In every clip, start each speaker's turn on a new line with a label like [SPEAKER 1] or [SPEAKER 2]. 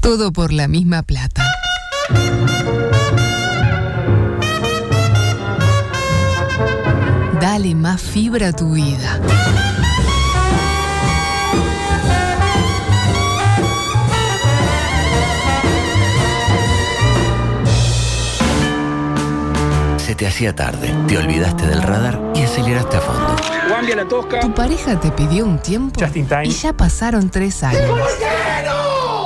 [SPEAKER 1] Todo por la misma plata. Dale más fibra a tu vida.
[SPEAKER 2] Se te hacía tarde, te olvidaste del radar y aceleraste a fondo.
[SPEAKER 3] Guambia la tosca.
[SPEAKER 1] Tu pareja te pidió un tiempo
[SPEAKER 3] Just in time.
[SPEAKER 1] y ya pasaron tres años.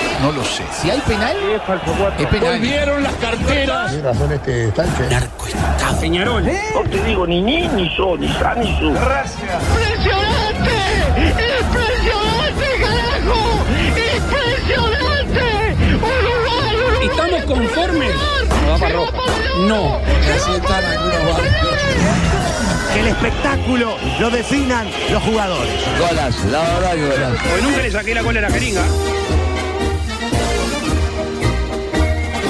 [SPEAKER 4] eh,
[SPEAKER 5] Volvieron las carteras.
[SPEAKER 3] Peñarol.
[SPEAKER 6] ¡Impresionante! ¡Impresionante, carajo! ¡Impresionante! ¡Uruguay, Uruguay!
[SPEAKER 5] ¿Estamos conformes?
[SPEAKER 6] No,
[SPEAKER 5] No.
[SPEAKER 7] el espectáculo lo definan los jugadores.
[SPEAKER 3] Porque nunca le saqué la cola a la jeringa.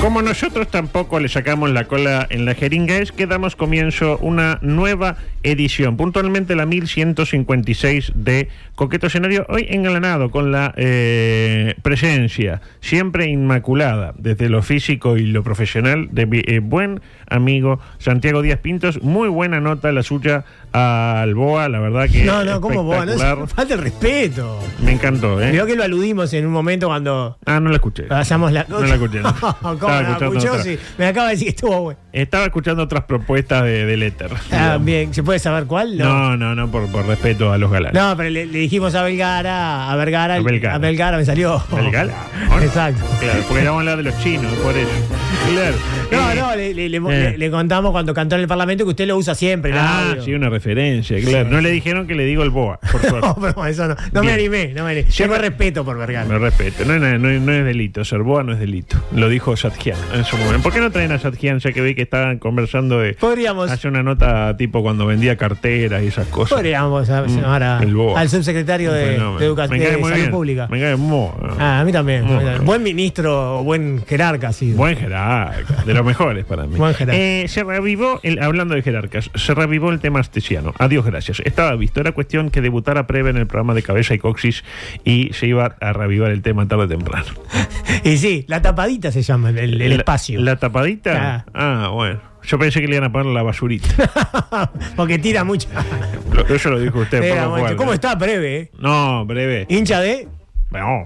[SPEAKER 8] Como nosotros tampoco le sacamos la cola en la jeringa, es que damos comienzo una nueva edición, puntualmente la 1156 de Coqueto Escenario, hoy engalanado con la eh, presencia, siempre inmaculada, desde lo físico y lo profesional, de mi eh, buen amigo Santiago Díaz Pintos. Muy buena nota la suya al BOA, la verdad que.
[SPEAKER 9] No, no, ¿cómo vos? No,
[SPEAKER 8] espectacular.
[SPEAKER 9] se- falta el respeto.
[SPEAKER 8] Me encantó, ¿eh?
[SPEAKER 9] Vio que lo aludimos en un momento cuando
[SPEAKER 8] Ah, no la escuché.
[SPEAKER 9] pasamos la.
[SPEAKER 8] No la escuché, no.
[SPEAKER 9] ¿Cómo
[SPEAKER 8] Estaba
[SPEAKER 9] la
[SPEAKER 8] escuchando
[SPEAKER 9] escuchó?
[SPEAKER 8] otra.
[SPEAKER 9] Sí. Me acaba de decir que estuvo bueno.
[SPEAKER 8] Estaba escuchando otras propuestas de, del éter.
[SPEAKER 9] Ah, bien. ¿Se puede saber cuál?
[SPEAKER 8] No, no, no, por, por respeto a los galanes.
[SPEAKER 9] No, pero le, le dijimos a Belgara, a Vergara,
[SPEAKER 8] A
[SPEAKER 9] el-
[SPEAKER 8] Vergara.
[SPEAKER 9] a Vergara me salió.
[SPEAKER 8] ¿El gala?
[SPEAKER 9] Exacto.
[SPEAKER 8] Claro, porque vamos a hablar de los chinos, por eso. Claro.
[SPEAKER 9] No,
[SPEAKER 8] Eh,
[SPEAKER 9] no, le, le- le-
[SPEAKER 8] eh.
[SPEAKER 9] le- le contamos cuando cantó en el Parlamento que usted lo usa siempre. el
[SPEAKER 8] Ah,
[SPEAKER 9] audio.
[SPEAKER 8] sí, una referencia, claro. No le dijeron que le digo el boa, por
[SPEAKER 9] No,
[SPEAKER 8] suerte.
[SPEAKER 9] pero eso no. No me
[SPEAKER 8] Bien.
[SPEAKER 9] animé, no me animé. Yo
[SPEAKER 8] Siempre-
[SPEAKER 9] respeto por Vergara.
[SPEAKER 8] Me respeto, no, es nada- no es- no es delito, ser boa no es delito. Lo dijo Satjian en su momento. ¿Por qué no traen a Satjian ya que vi que estaban conversando de...
[SPEAKER 9] Podríamos.
[SPEAKER 8] Hace una nota tipo cuando vendía carteras y esas cosas.
[SPEAKER 9] Podríamos a- llamar a-
[SPEAKER 8] Mm, el boa.
[SPEAKER 9] al subsecretario de,
[SPEAKER 8] Fenómeno.
[SPEAKER 9] de Educación
[SPEAKER 8] Me cae
[SPEAKER 9] de
[SPEAKER 8] muy
[SPEAKER 9] Salud
[SPEAKER 8] bien.
[SPEAKER 9] Pública.
[SPEAKER 8] Me cae muy...
[SPEAKER 9] Ah, a mí también. a mí
[SPEAKER 8] Muy
[SPEAKER 9] también.
[SPEAKER 8] bien.
[SPEAKER 9] Buen ministro o buen jerarca, sí.
[SPEAKER 8] Buen jerarca, de los mejores para mí.
[SPEAKER 9] Buen jerarca.
[SPEAKER 8] Eh, se revivó, el- hablando de jerarcas, se revivó el tema astesiano. Adiós, gracias. Estaba visto, era cuestión que debutara Preve en el programa de Cabeza y Coxis y se iba a revivar el tema tarde o temprano.
[SPEAKER 9] Y sí, la tapadita se llama el, el
[SPEAKER 8] La-
[SPEAKER 9] espacio.
[SPEAKER 8] ¿La
[SPEAKER 9] Ah.
[SPEAKER 8] tapadita? Ah, bueno. Yo pensé que le iban a poner la basurita.
[SPEAKER 9] Porque tira mucha.
[SPEAKER 8] Lo- Eso lo dijo usted.
[SPEAKER 9] Tira
[SPEAKER 8] por lo
[SPEAKER 9] mucho.
[SPEAKER 8] cual,
[SPEAKER 9] ¿Cómo
[SPEAKER 8] eh.
[SPEAKER 9] está breve? eh?
[SPEAKER 8] No, breve.
[SPEAKER 9] Hincha de.
[SPEAKER 8] No.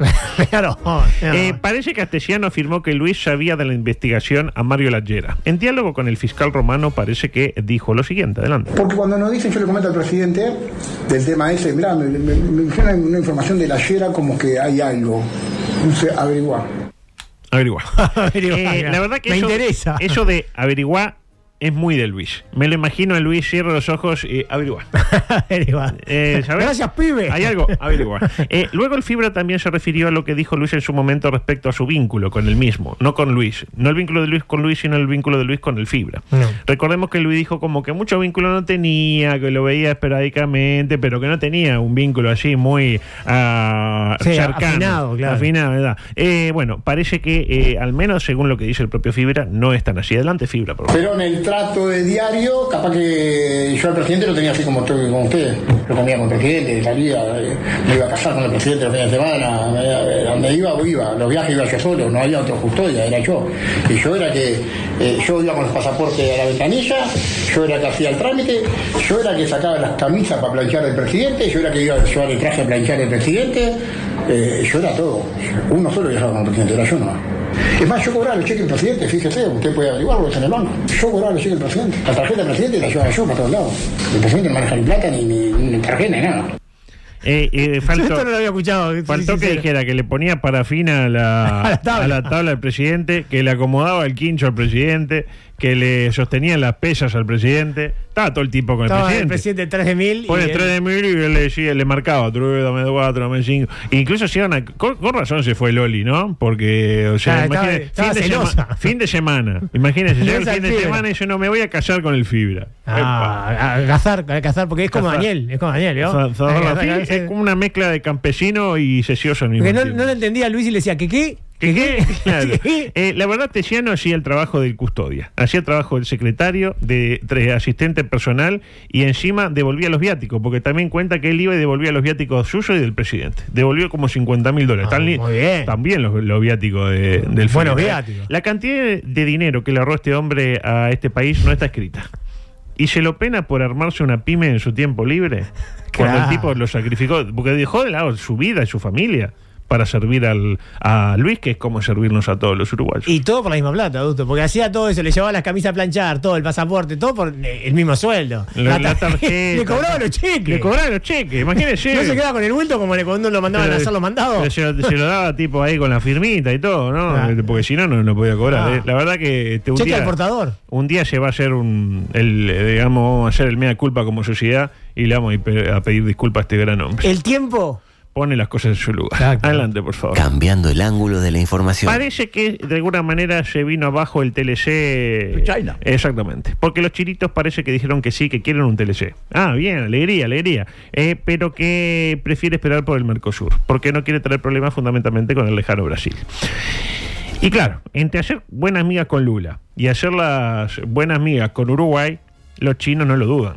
[SPEAKER 9] Claro.
[SPEAKER 8] Eh, parece que Astesiano afirmó que Luis sabía de la investigación a Mario Lallera. En diálogo con el fiscal romano parece que dijo lo siguiente. Adelante.
[SPEAKER 10] Porque cuando nos dicen, yo le comento al presidente del tema ese, mirá, me, me, me dijeron una información de la Yera como que hay algo. No sé, averiguar.
[SPEAKER 8] Averiguar.
[SPEAKER 9] Averiguá,
[SPEAKER 8] Eh,
[SPEAKER 9] mirá.
[SPEAKER 8] la verdad que
[SPEAKER 9] Me
[SPEAKER 8] eso,
[SPEAKER 9] interesa.
[SPEAKER 8] eso de averiguar es muy de Luis. Me lo imagino a Luis, cierro los ojos y averiguar.
[SPEAKER 9] Averiguá.
[SPEAKER 8] Eh, ¿sabés?
[SPEAKER 9] Gracias, pibe.
[SPEAKER 8] Hay algo, averigua. Eh, luego el Fibra también se refirió a lo que dijo Luis en su momento respecto a su vínculo con el mismo, no con Luis. No el vínculo de Luis con Luis, sino el vínculo de Luis con el Fibra.
[SPEAKER 9] No.
[SPEAKER 8] Recordemos que Luis dijo como que mucho vínculo no tenía, que lo veía esporádicamente, pero que no tenía un vínculo así muy ah,
[SPEAKER 9] Sí,
[SPEAKER 8] cercano.
[SPEAKER 9] afinado, claro.
[SPEAKER 8] Afinado, ¿verdad? Eh, bueno, parece que, eh, al menos según lo que dice el propio Fibra, no es tan así. Adelante, Fibra, por favor.
[SPEAKER 10] Pero en el trato de diario, capaz que yo al presidente lo tenía así como estoy con usted. Lo comía con el presidente, salía, eh, me iba a casar con el presidente los fines de semana, me- eh, donde iba, o iba. Los viajes iba yo solo, no había otro custodia, era yo. Y yo era que, eh, yo iba con los pasaportes a la ventanilla, yo era que hacía el trámite, yo era que sacaba las camisas para planchar al presidente, yo era que iba a llevar el traje a planchar al presidente, eh, yo era todo. Uno solo viajaba con el presidente, era yo nomás. Es más, yo cobraba los cheques del presidente, fíjese, usted puede averiguarlo, está en el banco. Yo cobraba los cheques del presidente. La tarjeta del presidente la llevaba yo para todos lados. El presidente no maneja ni plata, ni, ni, ni tarjeta, ni nada.
[SPEAKER 8] Eh, eh,
[SPEAKER 9] Yo
[SPEAKER 8] faltó-
[SPEAKER 9] esto no lo había escuchado. soy
[SPEAKER 8] Faltó que
[SPEAKER 9] sincero.
[SPEAKER 8] dijera que le ponía parafina a la,
[SPEAKER 9] A la tabla.
[SPEAKER 8] a la tabla del presidente, que le acomodaba el quincho al presidente, que le sostenía las pesas al presidente. Estaba todo el tipo con el
[SPEAKER 9] Estaba
[SPEAKER 8] presidente.
[SPEAKER 9] el presidente 3 de mil.
[SPEAKER 8] Pone 3 de mil y él le decía, le marcaba, Trué, dame 4, dame 5. Incluso si iban a- con, con razón se fue Loli, ¿no? Porque, o sea,
[SPEAKER 9] Ah, estaba-
[SPEAKER 8] imagínate,
[SPEAKER 9] estaba
[SPEAKER 8] fin, de
[SPEAKER 9] celosa.
[SPEAKER 8] sema- fin de semana. Imagínense, llega el
[SPEAKER 9] Esa
[SPEAKER 8] fin de
[SPEAKER 9] fibra.
[SPEAKER 8] semana y yo no me voy a casar con el fibra. Eh,
[SPEAKER 9] Ah, a cazar, a cazar, porque es como
[SPEAKER 8] Cazar.
[SPEAKER 9] Daniel, es como Daniel,
[SPEAKER 8] Epa.
[SPEAKER 9] ¿vio?
[SPEAKER 8] Sa- sa-
[SPEAKER 9] Hay que
[SPEAKER 8] la-
[SPEAKER 9] cazar,
[SPEAKER 8] sí,
[SPEAKER 9] cazar.
[SPEAKER 8] es como una mezcla de campesino y sesioso al mismo
[SPEAKER 9] Porque no,
[SPEAKER 8] tiempo.
[SPEAKER 9] no lo entendía Luis y le decía, ¿qué qué?
[SPEAKER 8] ¿Qué, qué? Claro.
[SPEAKER 9] ¿Qué?
[SPEAKER 8] Eh, la verdad, Tesiano hacía el trabajo del custodia, hacía el trabajo del secretario, de, tre- asistente personal y encima devolvía los viáticos, porque también cuenta que él iba y devolvía los viáticos suyos y del presidente. Devolvió como 50 mil dólares.
[SPEAKER 9] Ah,
[SPEAKER 8] Tan li-
[SPEAKER 9] muy bien.
[SPEAKER 8] También los, los viáticos de- del
[SPEAKER 9] Buenos
[SPEAKER 8] Felipe.
[SPEAKER 9] viáticos.
[SPEAKER 8] La cantidad de- de dinero que le ahorró este hombre a este país no está escrita. Y se lo pena por armarse una pyme en su tiempo libre. Cuando el
[SPEAKER 9] Claro.
[SPEAKER 8] tipo lo sacrificó, porque dejó de lado su vida y su familia para servir al, a Luis, que es como servirnos a todos los uruguayos.
[SPEAKER 9] Y todo por la misma plata, adulto, porque hacía todo eso, le llevaba las camisas a planchar, todo, el pasaporte, todo por eh, el mismo sueldo.
[SPEAKER 8] Lo- la
[SPEAKER 9] tar-
[SPEAKER 8] tarjeta.
[SPEAKER 9] le cobraba los cheques.
[SPEAKER 8] le cobraba los cheques, imagínese.
[SPEAKER 9] No se quedaba con el bulto como le- cuando lo mandaban a hacer los
[SPEAKER 8] Pero
[SPEAKER 9] mandados.
[SPEAKER 8] Se, lo- se lo daba tipo ahí con la firmita y todo, ¿no?
[SPEAKER 9] Ah.
[SPEAKER 8] Eh, Porque si no, no, no podía cobrar.
[SPEAKER 9] Ah.
[SPEAKER 8] eh. La verdad que este, un
[SPEAKER 9] Cheque
[SPEAKER 8] día-
[SPEAKER 9] al portador.
[SPEAKER 8] Un día se va a hacer un, el, eh, digamos, vamos a hacer el mea culpa como sociedad y le vamos a ir pe- a pedir disculpas a este gran hombre.
[SPEAKER 9] El tiempo.
[SPEAKER 8] Pone las cosas en su lugar.
[SPEAKER 9] Exacto.
[SPEAKER 8] Adelante, por favor.
[SPEAKER 2] Cambiando el ángulo de la información.
[SPEAKER 8] Parece que de alguna manera se vino abajo el TLC.
[SPEAKER 5] China.
[SPEAKER 8] Exactamente. Porque los chinitos parece que dijeron que sí, que quieren un TLC. Ah, bien, alegría, alegría. Eh, pero que prefiere esperar por el Mercosur. Porque no quiere traer problemas fundamentalmente con el lejano Brasil. Y claro, entre hacer buenas migas con Lula y hacer las buenas migas con Uruguay, los chinos no lo dudan.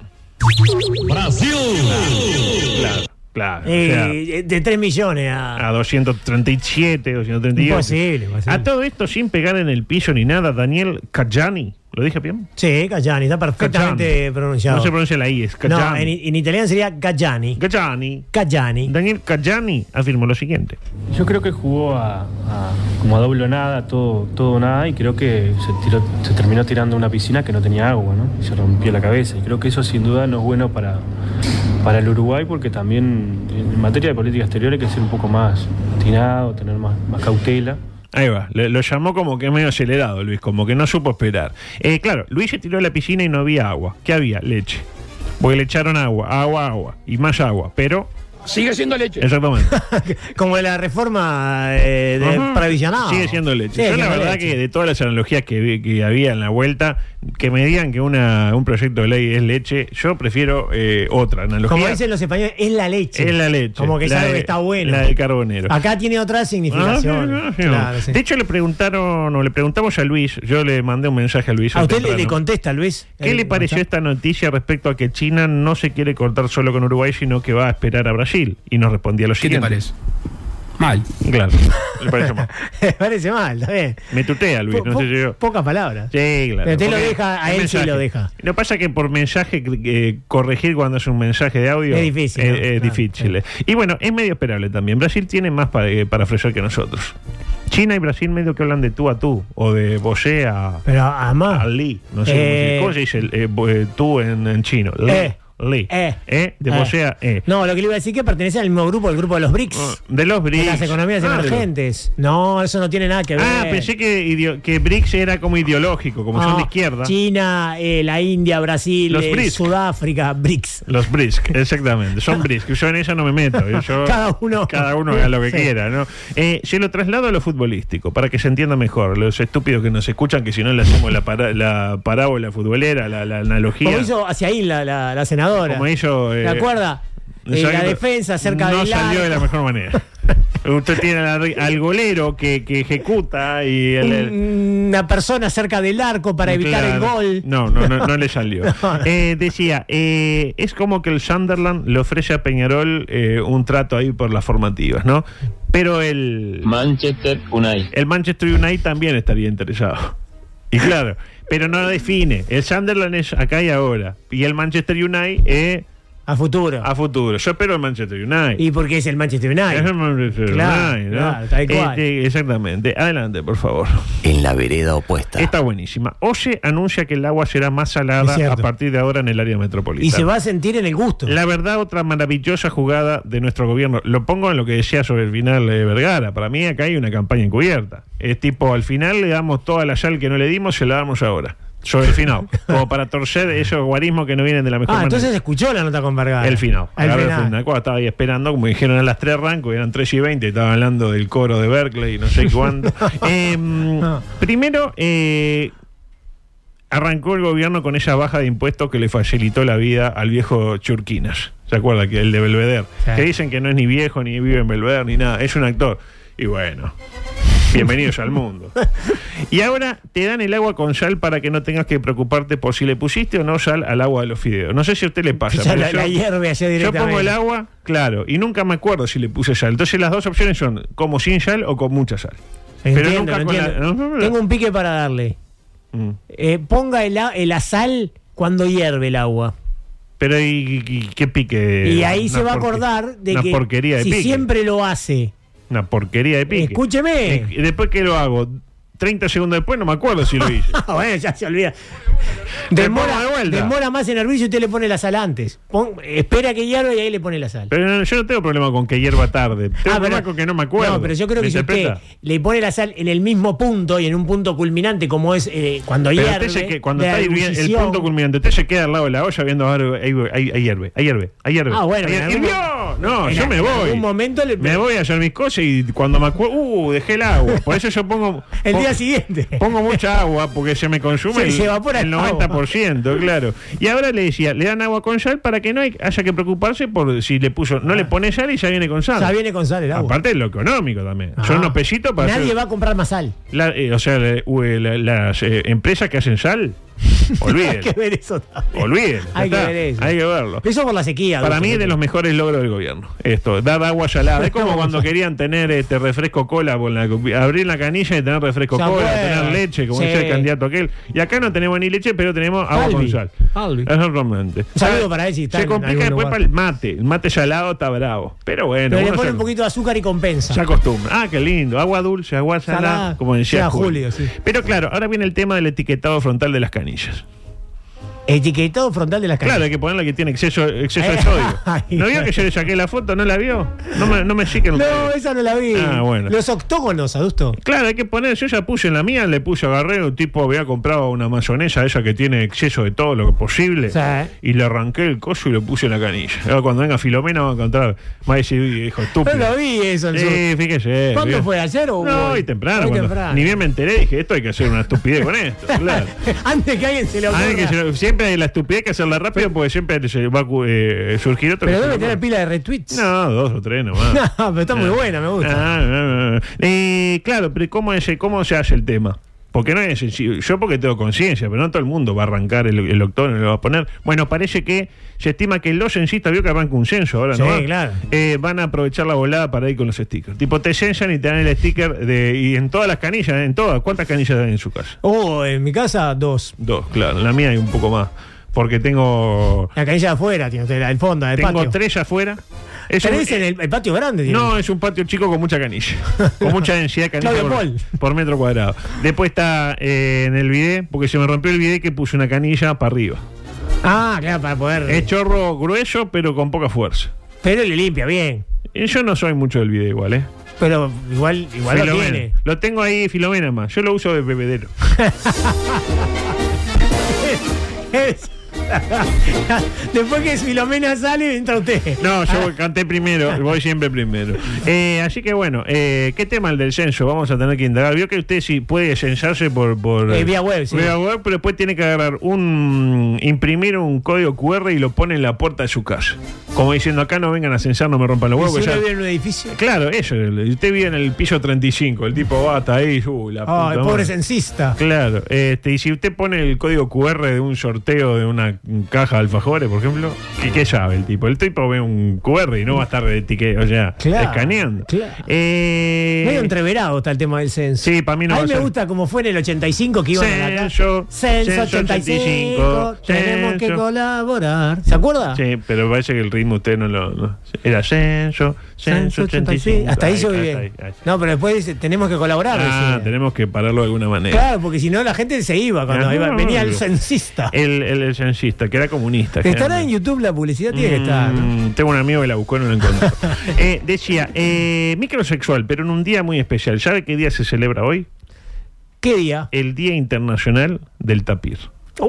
[SPEAKER 8] ¡Brasil! Claro, claro. o sea,
[SPEAKER 9] eh, de 3 millones a.
[SPEAKER 8] a 237, 238.
[SPEAKER 9] Imposible, imposible.
[SPEAKER 8] A todo esto sin pegar en el piso ni nada, Daniel Cajani. ¿Lo dije bien?
[SPEAKER 9] Sí, Cayani, está perfectamente
[SPEAKER 8] Cajani.
[SPEAKER 9] pronunciado.
[SPEAKER 8] No se pronuncia la I, es
[SPEAKER 9] No,
[SPEAKER 8] Cajani.
[SPEAKER 9] en, en italiano sería Cayani.
[SPEAKER 8] Cajani.
[SPEAKER 9] Cayani.
[SPEAKER 8] Daniel Cajani afirmó lo siguiente.
[SPEAKER 11] Yo creo que jugó a, a- como a doble o nada, todo, todo o nada, y creo que se, tiró- se terminó tirando a una piscina que no tenía agua, ¿no? Y se rompió la cabeza. Y creo que eso sin duda no es bueno para, para el Uruguay, porque también en materia de política exterior hay que ser un poco más atinado, tener más, más cautela.
[SPEAKER 8] Ahí va, le- lo llamó como que medio acelerado Luis, como que no supo esperar. Eh, claro, Luis se tiró a la piscina y no había agua. ¿Qué había? Leche. Porque le echaron agua, agua, agua y más agua. Pero,
[SPEAKER 3] Sigue siendo leche.
[SPEAKER 8] exactamente.
[SPEAKER 9] Como de la reforma eh, de
[SPEAKER 8] Ajá.
[SPEAKER 9] previsionado.
[SPEAKER 8] Sigue siendo leche.
[SPEAKER 9] Sí,
[SPEAKER 8] Yo la
[SPEAKER 9] siendo
[SPEAKER 8] verdad
[SPEAKER 9] leche.
[SPEAKER 8] que de todas las analogías que, vi- que había en la vuelta, que me digan que una, un proyecto de ley es leche, yo prefiero eh, otra analogía. Ah,
[SPEAKER 9] Como dicen los españoles, es la leche.
[SPEAKER 8] Es la leche.
[SPEAKER 9] Como que es
[SPEAKER 8] La
[SPEAKER 9] algo
[SPEAKER 8] de-
[SPEAKER 9] que está bueno.
[SPEAKER 8] la del carbonero.
[SPEAKER 9] Acá tiene otra significación.
[SPEAKER 8] Ah, sí, sí, sí.
[SPEAKER 9] Claro, sí.
[SPEAKER 8] De hecho, le preguntaron, o le preguntamos a Luis, yo le mandé un mensaje a Luis.
[SPEAKER 9] a
[SPEAKER 8] hoy
[SPEAKER 9] usted le, le
[SPEAKER 8] temprano.
[SPEAKER 9] contesta, Luis. Eh,
[SPEAKER 8] ¿Qué
[SPEAKER 9] el-
[SPEAKER 8] le pareció esta noticia respecto a que China no se quiere cortar solo con Uruguay, sino que va a esperar a Brasil? Y nos respondía lo
[SPEAKER 5] ¿Qué te
[SPEAKER 8] siguiente.
[SPEAKER 5] parece? Mal.
[SPEAKER 8] Claro, le parece mal.
[SPEAKER 9] Me parece mal, está bien.
[SPEAKER 8] Me tutea, Luis,
[SPEAKER 9] Po-
[SPEAKER 8] no
[SPEAKER 9] po-
[SPEAKER 8] sé si yo.
[SPEAKER 9] Pocas palabras.
[SPEAKER 8] Sí, claro.
[SPEAKER 9] Pero usted lo
[SPEAKER 8] Porque
[SPEAKER 9] deja, a
[SPEAKER 8] es
[SPEAKER 9] él sí
[SPEAKER 8] mensaje.
[SPEAKER 9] lo deja.
[SPEAKER 8] Lo que pasa es que por mensaje eh, corregir cuando es un mensaje de audio
[SPEAKER 9] Es difícil,
[SPEAKER 8] Es,
[SPEAKER 9] ¿no?
[SPEAKER 8] es
[SPEAKER 9] Claro,
[SPEAKER 8] difícil. eh. Y bueno, es medio esperable también. Brasil tiene más pa- eh, para ofrecer que nosotros. China y Brasil medio que hablan de tú a tú o de vosé a,
[SPEAKER 9] Pero además.
[SPEAKER 8] a li. No sé
[SPEAKER 9] Eh.
[SPEAKER 8] cómo se dice ¿Cómo se dice el, eh, bo- eh, tú en, en chino. Li.
[SPEAKER 9] Eh.
[SPEAKER 8] Li.
[SPEAKER 9] Eh.
[SPEAKER 8] Eh, de vosé a eh.
[SPEAKER 9] No, lo que le iba a decir que pertenece al mismo grupo, el grupo de los BRICS.
[SPEAKER 8] De los
[SPEAKER 9] de
[SPEAKER 8] BRICS.
[SPEAKER 9] las economías
[SPEAKER 8] Ah, de los-
[SPEAKER 9] emergentes. No, eso no tiene nada que ver.
[SPEAKER 8] Ah, pensé que, ideo- que BRICS era como ideológico, como son
[SPEAKER 9] No,
[SPEAKER 8] de izquierda.
[SPEAKER 9] China, eh, la India, Brasil,
[SPEAKER 8] Los
[SPEAKER 9] eh,
[SPEAKER 8] BRICS.
[SPEAKER 9] Sudáfrica, BRICS.
[SPEAKER 8] Los brisk, exactamente. Son brisk. Yo en eso no me meto. Yo-
[SPEAKER 9] Cada uno-
[SPEAKER 8] Cada uno haga lo que
[SPEAKER 9] Sí.
[SPEAKER 8] quiera, ¿no? Eh, se lo traslado a lo futbolístico para que se entienda mejor. Los estúpidos que nos escuchan, que si no le hacemos la, para- la parábola futbolera, la, la analogía.
[SPEAKER 9] Como hizo hacia ahí la, la- la senadora.
[SPEAKER 8] Como hizo, eh,
[SPEAKER 9] ¿Te acuerdas? Eh, la
[SPEAKER 8] Exacto.
[SPEAKER 9] defensa cerca
[SPEAKER 8] No
[SPEAKER 9] del
[SPEAKER 8] salió de la
[SPEAKER 9] arco.
[SPEAKER 8] mejor manera. Usted tiene al, al golero que, que ejecuta y el- el-
[SPEAKER 9] Un- Mm, una persona cerca del arco para evitar el
[SPEAKER 8] Claro.
[SPEAKER 9] gol.
[SPEAKER 8] No, no, no, no le salió.
[SPEAKER 9] No, no.
[SPEAKER 8] Eh, decía, eh, es como que el Sunderland le ofrece a Peñarol eh, un trato ahí por las formativas, ¿no? Pero el,
[SPEAKER 4] Manchester Unai.
[SPEAKER 8] el Manchester United también estaría interesado. Y claro, pero no lo define. El Sunderland es acá y ahora. Y el Manchester United es
[SPEAKER 9] A futuro.
[SPEAKER 8] a futuro. Yo espero el Manchester United.
[SPEAKER 9] y porque es el Manchester United.
[SPEAKER 8] Es el Manchester
[SPEAKER 9] Claro,
[SPEAKER 8] United, ¿no?
[SPEAKER 9] claro, tal cual.
[SPEAKER 8] Este, exactamente. Adelante, por favor.
[SPEAKER 2] En la vereda opuesta.
[SPEAKER 8] Está buenísima. OCE anuncia que el agua será más
[SPEAKER 9] Es
[SPEAKER 8] salada a
[SPEAKER 9] cierto.
[SPEAKER 8] partir de ahora en el área metropolitana.
[SPEAKER 9] y se va a sentir en el gusto. Ah,
[SPEAKER 8] La verdad, otra maravillosa jugada de nuestro gobierno. Lo pongo en lo que decía sobre el final de Vergara. Para mí acá hay una campaña encubierta. Es tipo, al final le damos toda la sal que no le dimos, se la damos ahora. sobre el final, como para torcer esos guarismos que no vienen de la mejor
[SPEAKER 9] Ah,
[SPEAKER 8] manera.
[SPEAKER 9] entonces escuchó la nota con Vergara.
[SPEAKER 8] El final.
[SPEAKER 9] El
[SPEAKER 8] Agarró el
[SPEAKER 9] final.
[SPEAKER 8] final. Cuando estaba ahí esperando, como dijeron a las 3 ranco, eran 3 y 20, estaba hablando del coro de Berkeley, no sé cuándo. Em, Primero, eh, arrancó el gobierno con esa baja de impuestos que le facilitó la vida al viejo Churquinas. ¿Se acuerda? Que el de Belvedere.
[SPEAKER 9] Sí.
[SPEAKER 8] Que dicen que no es ni viejo, ni vive en Belvedere, ni nada. Es un actor. Y bueno. Bienvenidos al mundo. Y ahora te dan el agua con sal para que no tengas que preocuparte por si le pusiste o no sal al agua de los fideos. No sé si a usted le pasa.
[SPEAKER 9] O sea,
[SPEAKER 8] pero
[SPEAKER 9] la,
[SPEAKER 8] yo-
[SPEAKER 9] la hierve allá
[SPEAKER 8] yo
[SPEAKER 9] directamente.
[SPEAKER 8] pongo el agua, claro, y nunca me acuerdo si le puse sal. Entonces las dos opciones son como sin sal o con mucha sal.
[SPEAKER 9] Entiendo,
[SPEAKER 8] pero nunca
[SPEAKER 9] lo
[SPEAKER 8] con la-
[SPEAKER 9] entiendo.
[SPEAKER 8] no, no, no.
[SPEAKER 9] Tengo un pique para darle.
[SPEAKER 8] Mm.
[SPEAKER 9] Eh, ponga el, a- el azal cuando hierve el agua.
[SPEAKER 8] Pero y, y- qué pique.
[SPEAKER 9] y ahí
[SPEAKER 8] Eh, Una
[SPEAKER 9] se va a
[SPEAKER 8] porque-
[SPEAKER 9] acordar de
[SPEAKER 8] una
[SPEAKER 9] que
[SPEAKER 8] porquería de
[SPEAKER 9] si
[SPEAKER 8] pique.
[SPEAKER 9] siempre lo hace.
[SPEAKER 8] Una porquería de pique.
[SPEAKER 9] Escúcheme.
[SPEAKER 8] Y, y después que lo hago, 30 segundos después no me acuerdo si lo hice.
[SPEAKER 9] Ah, bueno, ya se olvida.
[SPEAKER 8] Me
[SPEAKER 9] Demora,
[SPEAKER 8] pongo de vuelta.
[SPEAKER 9] demora más en hervir si usted le pone la sal antes. Pon- espera que hierva y ahí le pone la sal.
[SPEAKER 8] Pero no, yo no tengo problema con que hierva tarde. Tengo
[SPEAKER 9] Ah,
[SPEAKER 8] problema
[SPEAKER 9] pero-
[SPEAKER 8] con que no me acuerdo.
[SPEAKER 9] No, pero yo creo
[SPEAKER 8] ¿Me
[SPEAKER 9] que si usted
[SPEAKER 8] interpreta?
[SPEAKER 9] le pone la sal en el mismo punto y en un punto culminante como es eh, cuando
[SPEAKER 8] Pero
[SPEAKER 9] hierve.
[SPEAKER 8] usted se que, cuando
[SPEAKER 9] la
[SPEAKER 8] está hirviendo, el
[SPEAKER 9] ebullición-
[SPEAKER 8] punto culminante, usted se queda al lado de la olla viendo ahora, ahí, ahí, ahí hierve, ahí hierve, ahí hierve.
[SPEAKER 9] Ah, bueno,
[SPEAKER 8] Ahí
[SPEAKER 9] en
[SPEAKER 8] hierve.
[SPEAKER 9] algún-
[SPEAKER 8] No,
[SPEAKER 9] en
[SPEAKER 8] yo
[SPEAKER 9] a-
[SPEAKER 8] me
[SPEAKER 9] en
[SPEAKER 8] voy.
[SPEAKER 9] algún momento le-
[SPEAKER 8] Me voy a hacer mis cosas y cuando me acuerdo, uh, dejé el agua. Por eso yo pongo.
[SPEAKER 9] El
[SPEAKER 8] pon-
[SPEAKER 9] día siguiente.
[SPEAKER 8] Pongo mucha agua porque se me consume
[SPEAKER 9] Se-
[SPEAKER 8] el,
[SPEAKER 9] se evapora
[SPEAKER 8] el
[SPEAKER 9] el agua.
[SPEAKER 8] 90%, claro. Y ahora le decía, le dan agua con sal para que no hay- haya que preocuparse por si le puso, no le pone sal y ya viene con sal.
[SPEAKER 9] Ah. Ya viene con sal el agua.
[SPEAKER 8] Aparte de lo económico también. Son
[SPEAKER 9] Ah.
[SPEAKER 8] unos pesitos para
[SPEAKER 9] Nadie
[SPEAKER 8] hacer-
[SPEAKER 9] va a comprar más sal.
[SPEAKER 8] la- eh, o sea, la- u- eh, la- las eh, empresas que hacen sal, olviden.
[SPEAKER 9] Hay que ver eso también.
[SPEAKER 8] olviden. ya
[SPEAKER 9] Hay que
[SPEAKER 8] está,
[SPEAKER 9] ver eso.
[SPEAKER 8] Hay que verlo.
[SPEAKER 9] Eso por la sequía.
[SPEAKER 8] Para
[SPEAKER 9] Augusto,
[SPEAKER 8] mí es de los mejores logros del gobierno. Esto, dar agua salada. Es como cuando querían tener este refresco cola, con la- abrir la canilla y tener refresco
[SPEAKER 9] Se
[SPEAKER 8] cola,
[SPEAKER 9] acuerda.
[SPEAKER 8] tener leche, como
[SPEAKER 9] Sí.
[SPEAKER 8] dice el candidato aquel. Y acá no tenemos ni leche, pero tenemos agua con
[SPEAKER 9] Albi.
[SPEAKER 8] sal.
[SPEAKER 9] Albi.
[SPEAKER 8] Exactamente.
[SPEAKER 9] Un saludo para él si está
[SPEAKER 8] Se
[SPEAKER 9] en
[SPEAKER 8] complica
[SPEAKER 9] algún
[SPEAKER 8] después
[SPEAKER 9] lugar.
[SPEAKER 8] para el mate. El mate salado está bravo. Pero bueno.
[SPEAKER 9] Pero le
[SPEAKER 8] uno
[SPEAKER 9] pone
[SPEAKER 8] se-
[SPEAKER 9] un poquito de azúcar y compensa.
[SPEAKER 8] se acostumbra. Ah, qué lindo. Agua dulce, agua salada,
[SPEAKER 9] Salada.
[SPEAKER 8] como decía
[SPEAKER 9] Sea
[SPEAKER 8] Julio.
[SPEAKER 9] Julio, sí.
[SPEAKER 8] Pero claro, ahora viene el tema del etiquetado frontal de las canillas.
[SPEAKER 9] Etiquetado frontal de las
[SPEAKER 8] Claro,
[SPEAKER 9] canillas.
[SPEAKER 8] hay que ponerla que tiene exceso, exceso de
[SPEAKER 9] Eh,
[SPEAKER 8] sodio.
[SPEAKER 9] ay.
[SPEAKER 8] ¿No vio que yo le saqué la foto? ¿No la vio? No me, no me siguen
[SPEAKER 9] No,
[SPEAKER 8] ustedes.
[SPEAKER 9] esa no la vi.
[SPEAKER 8] Ah, bueno.
[SPEAKER 9] Los octógonos, adusto.
[SPEAKER 8] Claro, hay que poner, yo ya puse en la mía, le puse, agarré, un tipo había comprado una mayonesa esa que tiene exceso de todo lo posible,
[SPEAKER 9] Sí.
[SPEAKER 8] y le arranqué el coso y lo puse en la canilla. Ahora cuando venga Filomena va a encontrar, va a decir, "Uy, hijo
[SPEAKER 9] No
[SPEAKER 8] estúpido.
[SPEAKER 9] lo vi eso. en su-
[SPEAKER 8] Sí, fíjese.
[SPEAKER 9] ¿Cuándo
[SPEAKER 8] bien.
[SPEAKER 9] fue? ¿Ayer o
[SPEAKER 8] No,
[SPEAKER 9] hoy?
[SPEAKER 8] hoy temprano.
[SPEAKER 9] Hoy
[SPEAKER 8] cuando-
[SPEAKER 9] temprano.
[SPEAKER 8] Ni bien me enteré, dije, esto hay que hacer una estupidez con esto. claro.
[SPEAKER 9] Antes que alguien se lo
[SPEAKER 8] Ah,
[SPEAKER 9] ocurra.
[SPEAKER 8] hay que hacer- siempre hay la estupidez que hacerla rápido porque siempre se va a cu- eh, surgir otro.
[SPEAKER 9] Pero
[SPEAKER 8] que se
[SPEAKER 9] debe
[SPEAKER 8] lo-
[SPEAKER 9] tener pila de retweets.
[SPEAKER 8] No, dos o tres nomás.
[SPEAKER 9] No, pero está muy buena, me gusta.
[SPEAKER 8] Ah, ah, ah. Eh, claro, pero ¿cómo, es, ¿cómo se hace el tema? Porque no es sencillo. Yo porque tengo conciencia, pero no todo el mundo va a arrancar el, el octógono y lo va a poner. Bueno, parece que se estima que los censistas, vio que arranca un censo ahora,
[SPEAKER 9] Sí,
[SPEAKER 8] ¿no?
[SPEAKER 9] claro.
[SPEAKER 8] Eh, van a aprovechar la volada para ir con los stickers. Tipo, te censan y te dan el sticker de, y en todas las canillas, en todas. ¿Cuántas canillas hay en su casa?
[SPEAKER 9] Oh, en mi casa, dos.
[SPEAKER 8] Dos, claro. En la mía hay un poco más. Porque tengo...
[SPEAKER 9] La canilla de afuera tiene usted, la del fondo, la del
[SPEAKER 8] Tengo
[SPEAKER 9] patio.
[SPEAKER 8] tres afuera. Es un-
[SPEAKER 9] Tres en el, el patio grande. tiene.
[SPEAKER 8] No, es un patio chico con mucha canilla. Con mucha densidad de canilla
[SPEAKER 9] Claudio
[SPEAKER 8] por,
[SPEAKER 9] Paul.
[SPEAKER 8] por metro cuadrado. Después está eh, en el bidet, porque se me rompió el bidet que puse una canilla para arriba.
[SPEAKER 9] Ah, claro, para poder.
[SPEAKER 8] Es chorro grueso, pero con poca fuerza.
[SPEAKER 9] Pero le limpia bien.
[SPEAKER 8] Y Yo no soy mucho del bidet igual, ¿eh?
[SPEAKER 9] Pero igual, igual lo
[SPEAKER 8] Filomena.
[SPEAKER 9] tiene.
[SPEAKER 8] Lo tengo ahí, Filomena más. Yo lo uso de bebedero.
[SPEAKER 9] Es- Después que Filomena sale, entra usted.
[SPEAKER 8] No,
[SPEAKER 9] Ah.
[SPEAKER 8] yo canté primero, voy siempre primero. Eh, así que bueno, eh, ¿qué tema el del censo? Vamos a tener que indagar. Vio que usted sí puede censarse por... por
[SPEAKER 9] Eh, vía web, sí.
[SPEAKER 8] vía web, pero después tiene que agarrar un... imprimir un código QR y lo pone en la puerta de su casa. Como diciendo, acá no vengan a censar, no me rompan los
[SPEAKER 9] Y
[SPEAKER 8] huevos.
[SPEAKER 9] si
[SPEAKER 8] ya-
[SPEAKER 9] uno vive en un edificio.
[SPEAKER 8] Claro, eso. Usted vive en el piso 35, el tipo va hasta ahí, uh, la puta
[SPEAKER 9] Ay, pobre
[SPEAKER 8] madre.
[SPEAKER 9] censista.
[SPEAKER 8] Claro, este, y si usted pone el código QR de un sorteo de una caja de alfajores, por ejemplo, ¿qué, qué sabe el tipo? El tipo ve un QR y no va a estar de tique- o sea,
[SPEAKER 9] Claro,
[SPEAKER 8] escaneando.
[SPEAKER 9] claro.
[SPEAKER 8] Eh,
[SPEAKER 9] Medio entreverado está el tema del censo.
[SPEAKER 8] Sí, para mí no
[SPEAKER 9] A
[SPEAKER 8] va a
[SPEAKER 9] mí me
[SPEAKER 8] ser.
[SPEAKER 9] gusta como fue en el 85 que iban a la calle.
[SPEAKER 8] Censo,
[SPEAKER 9] Censo
[SPEAKER 8] censo
[SPEAKER 9] 85.
[SPEAKER 8] 85,
[SPEAKER 9] Tenemos que
[SPEAKER 8] censo.
[SPEAKER 9] colaborar. ¿Se acuerda?
[SPEAKER 8] Sí, pero parece que el ritmo usted no lo... no- Era censo, censo 85.
[SPEAKER 9] Hasta ahí yo
[SPEAKER 8] Ay,
[SPEAKER 9] viví.
[SPEAKER 8] hasta ahí, hasta ahí.
[SPEAKER 9] No, pero después dice, tenemos que colaborar.
[SPEAKER 8] Ah,
[SPEAKER 9] decía.
[SPEAKER 8] tenemos que pararlo de alguna manera.
[SPEAKER 9] Claro, porque si no la gente se iba cuando
[SPEAKER 8] Ah,
[SPEAKER 9] iba-
[SPEAKER 8] no,
[SPEAKER 9] venía
[SPEAKER 8] no,
[SPEAKER 9] el
[SPEAKER 8] no.
[SPEAKER 9] censista.
[SPEAKER 8] El, el, el censista, que era comunista.
[SPEAKER 9] Estará
[SPEAKER 8] generalmente.
[SPEAKER 9] en YouTube la publicidad, tiene que estar. ¿no?
[SPEAKER 8] Mm, Tengo un amigo que la buscó y no la encontró. Eh, decía, eh, uh. microsexual, pero en un día muy especial. ¿Sabe qué día se celebra hoy?
[SPEAKER 9] ¿Qué día?
[SPEAKER 8] El Día Internacional del Tapir.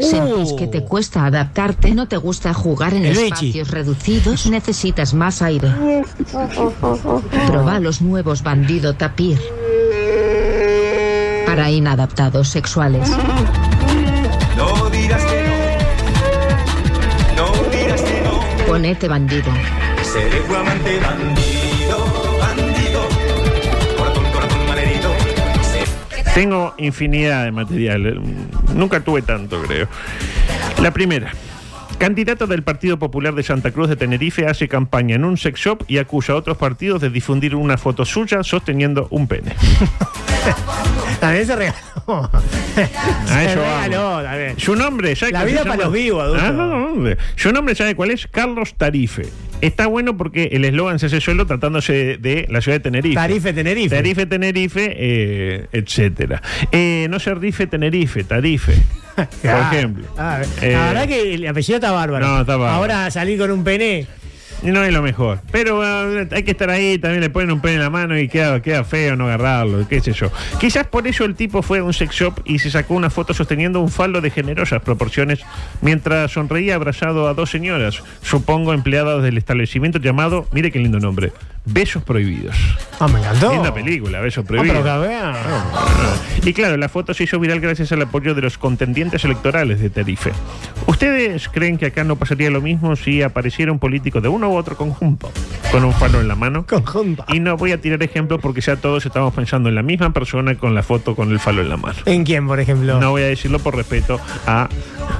[SPEAKER 12] ¿Sentís que te cuesta adaptarte? ¿No te gusta jugar en
[SPEAKER 8] El
[SPEAKER 12] espacios reducidos? ¿Necesitas más aire? Proba los nuevos Bandido Tapir. Para inadaptados sexuales.
[SPEAKER 4] No dirás que no. No dirás que no.
[SPEAKER 12] Ponete bandido.
[SPEAKER 4] Seré tu amante bandido, bandido. Corazón, corazón, manerito.
[SPEAKER 8] Tengo infinidad de material. eh, mm, Nunca tuve tanto, creo. La primera. Candidato del Partido Popular de Santa Cruz de Tenerife hace campaña en un sex shop y acusa a otros partidos de difundir una foto suya sosteniendo un pene.
[SPEAKER 9] También se regaló.
[SPEAKER 8] A
[SPEAKER 9] Se
[SPEAKER 8] eso
[SPEAKER 9] regaló,
[SPEAKER 8] vamos.
[SPEAKER 9] también.
[SPEAKER 8] Su nombre, ¿sabe
[SPEAKER 9] La
[SPEAKER 8] cómo se
[SPEAKER 9] vida para
[SPEAKER 8] llama?
[SPEAKER 9] los vivos, adulto.
[SPEAKER 8] Ah, no, hombre. Su nombre, ¿sabe cuál es? Carlos Tarife. Está bueno porque el eslogan se hace solo tratándose de, de la ciudad de Tenerife.
[SPEAKER 9] Tarife, Tenerife.
[SPEAKER 8] Tarife, Tenerife, eh, etcétera. Eh, no se rife Tenerife, Tarife.
[SPEAKER 9] Ah,
[SPEAKER 8] Por ejemplo.
[SPEAKER 9] ah,
[SPEAKER 8] Eh,
[SPEAKER 9] la verdad que el apellido está bárbaro.
[SPEAKER 8] No, está bárbaro.
[SPEAKER 9] Ahora salir con un pene.
[SPEAKER 8] No es lo mejor. Pero ah, hay que estar ahí, también le ponen un pene en la mano y queda, queda feo no agarrarlo, qué sé yo. Quizás por eso el tipo fue a un sex shop y se sacó una foto sosteniendo un faldo de generosas proporciones mientras sonreía abrazado a dos señoras, supongo empleadas del establecimiento llamado, mire qué lindo nombre, Besos Prohibidos.
[SPEAKER 9] Ah, me encantó.
[SPEAKER 8] Linda película, Besos
[SPEAKER 9] Ah,
[SPEAKER 8] Prohibidos.
[SPEAKER 9] pero que vea.
[SPEAKER 8] Y claro, la foto se hizo viral gracias al apoyo de los contendientes electorales de Tarife. ¿Ustedes creen que acá no pasaría lo mismo si apareciera un político de uno u otro conjunto con un falo en la mano?
[SPEAKER 9] Conjunta.
[SPEAKER 8] Y no voy a tirar ejemplos porque ya todos estamos pensando en la misma persona con la foto con el falo en la mano.
[SPEAKER 9] ¿En quién, por ejemplo?
[SPEAKER 8] No voy a decirlo por respeto a...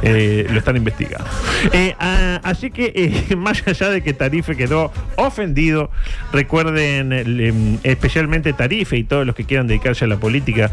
[SPEAKER 8] eh, lo están investigando. Eh, ah, así que, eh, más allá de que Tarife quedó ofendido, recuerden el, em, especialmente Tarife y todos los que quieran dedicarse a la política,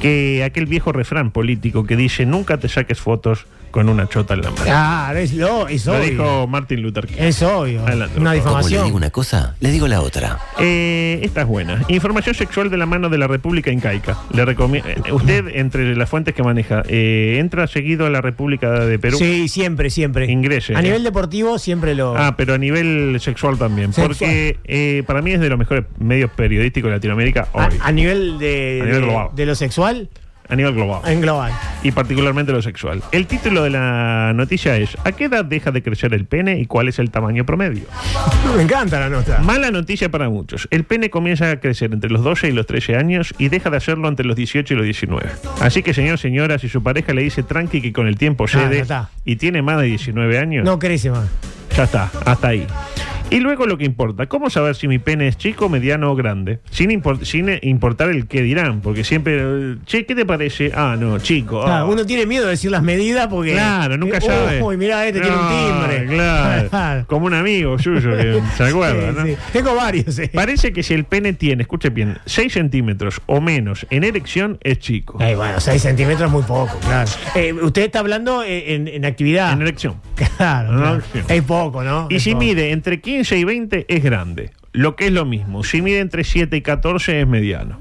[SPEAKER 8] que aquel viejo refrán político que dice nunca te saques fotos con una chota en la mano.
[SPEAKER 9] Claro, es, lo, es
[SPEAKER 8] Lo
[SPEAKER 9] obvio.
[SPEAKER 8] dijo Martin Luther King.
[SPEAKER 9] Es obvio.
[SPEAKER 8] Adelante,
[SPEAKER 2] Como
[SPEAKER 9] Una
[SPEAKER 8] por favor.
[SPEAKER 2] le digo
[SPEAKER 9] difamación.
[SPEAKER 2] una cosa, le digo la otra.
[SPEAKER 8] Eh, esta es buena. Información sexual de la mano de la República Incaica. Le recomiendo. Usted, entre las fuentes que maneja, eh, entra seguido a la República de Perú.
[SPEAKER 9] Sí, siempre, siempre.
[SPEAKER 8] Ingrese. eh.
[SPEAKER 9] A nivel deportivo siempre lo.
[SPEAKER 8] Ah, pero a nivel sexual también.
[SPEAKER 9] Sexual.
[SPEAKER 8] Porque eh, para mí es de los mejores medios periodísticos de Latinoamérica hoy.
[SPEAKER 9] a, a nivel de,
[SPEAKER 8] A nivel
[SPEAKER 9] de-
[SPEAKER 8] global.
[SPEAKER 9] de lo sexual,
[SPEAKER 8] a nivel global.
[SPEAKER 9] en global.
[SPEAKER 8] Y particularmente lo sexual. El título de la noticia es ¿A qué edad deja de crecer el pene y cuál es el tamaño promedio?
[SPEAKER 9] Me encanta la nota.
[SPEAKER 8] Mala noticia para muchos. El pene comienza a crecer entre los 12 y los 13 años y deja de hacerlo entre los 18 y los 19. Así que, señor, señora, si su pareja le dice tranqui que con el tiempo
[SPEAKER 9] Ah, ya
[SPEAKER 8] cede
[SPEAKER 9] está.
[SPEAKER 8] y tiene más de 19 años,
[SPEAKER 9] No crece más.
[SPEAKER 8] ya está, hasta ahí. Y luego lo que importa, ¿cómo saber si mi pene es chico, mediano o grande? Sin, impor- sin eh, importar el qué dirán, porque siempre, eh, che, ¿qué te parece? Ah, no, chico. ah.
[SPEAKER 9] Claro, uno tiene miedo de decir las medidas porque.
[SPEAKER 8] Claro, nunca
[SPEAKER 9] Eh,
[SPEAKER 8] sabe.
[SPEAKER 9] Uy, mirá, este tiene un
[SPEAKER 8] No,
[SPEAKER 9] timbre.
[SPEAKER 8] Claro. Como un amigo suyo que se acuerda,
[SPEAKER 9] Sí,
[SPEAKER 8] ¿no?
[SPEAKER 9] sí. Tengo varios, eh.
[SPEAKER 8] Parece que si el pene tiene, escuche bien, 6 centímetros o menos en erección es chico.
[SPEAKER 9] Ay, Eh, bueno, 6 centímetros es muy poco, claro. Eh, usted está hablando eh, en, en actividad.
[SPEAKER 8] En erección.
[SPEAKER 9] Claro,
[SPEAKER 8] No,
[SPEAKER 9] claro.
[SPEAKER 8] sí.
[SPEAKER 9] Es poco, ¿no?
[SPEAKER 8] Y
[SPEAKER 9] Es
[SPEAKER 8] si
[SPEAKER 9] poco.
[SPEAKER 8] mide entre 15 y 20 es grande. Lo que es lo mismo. Si mide entre 7 y 14 es mediano.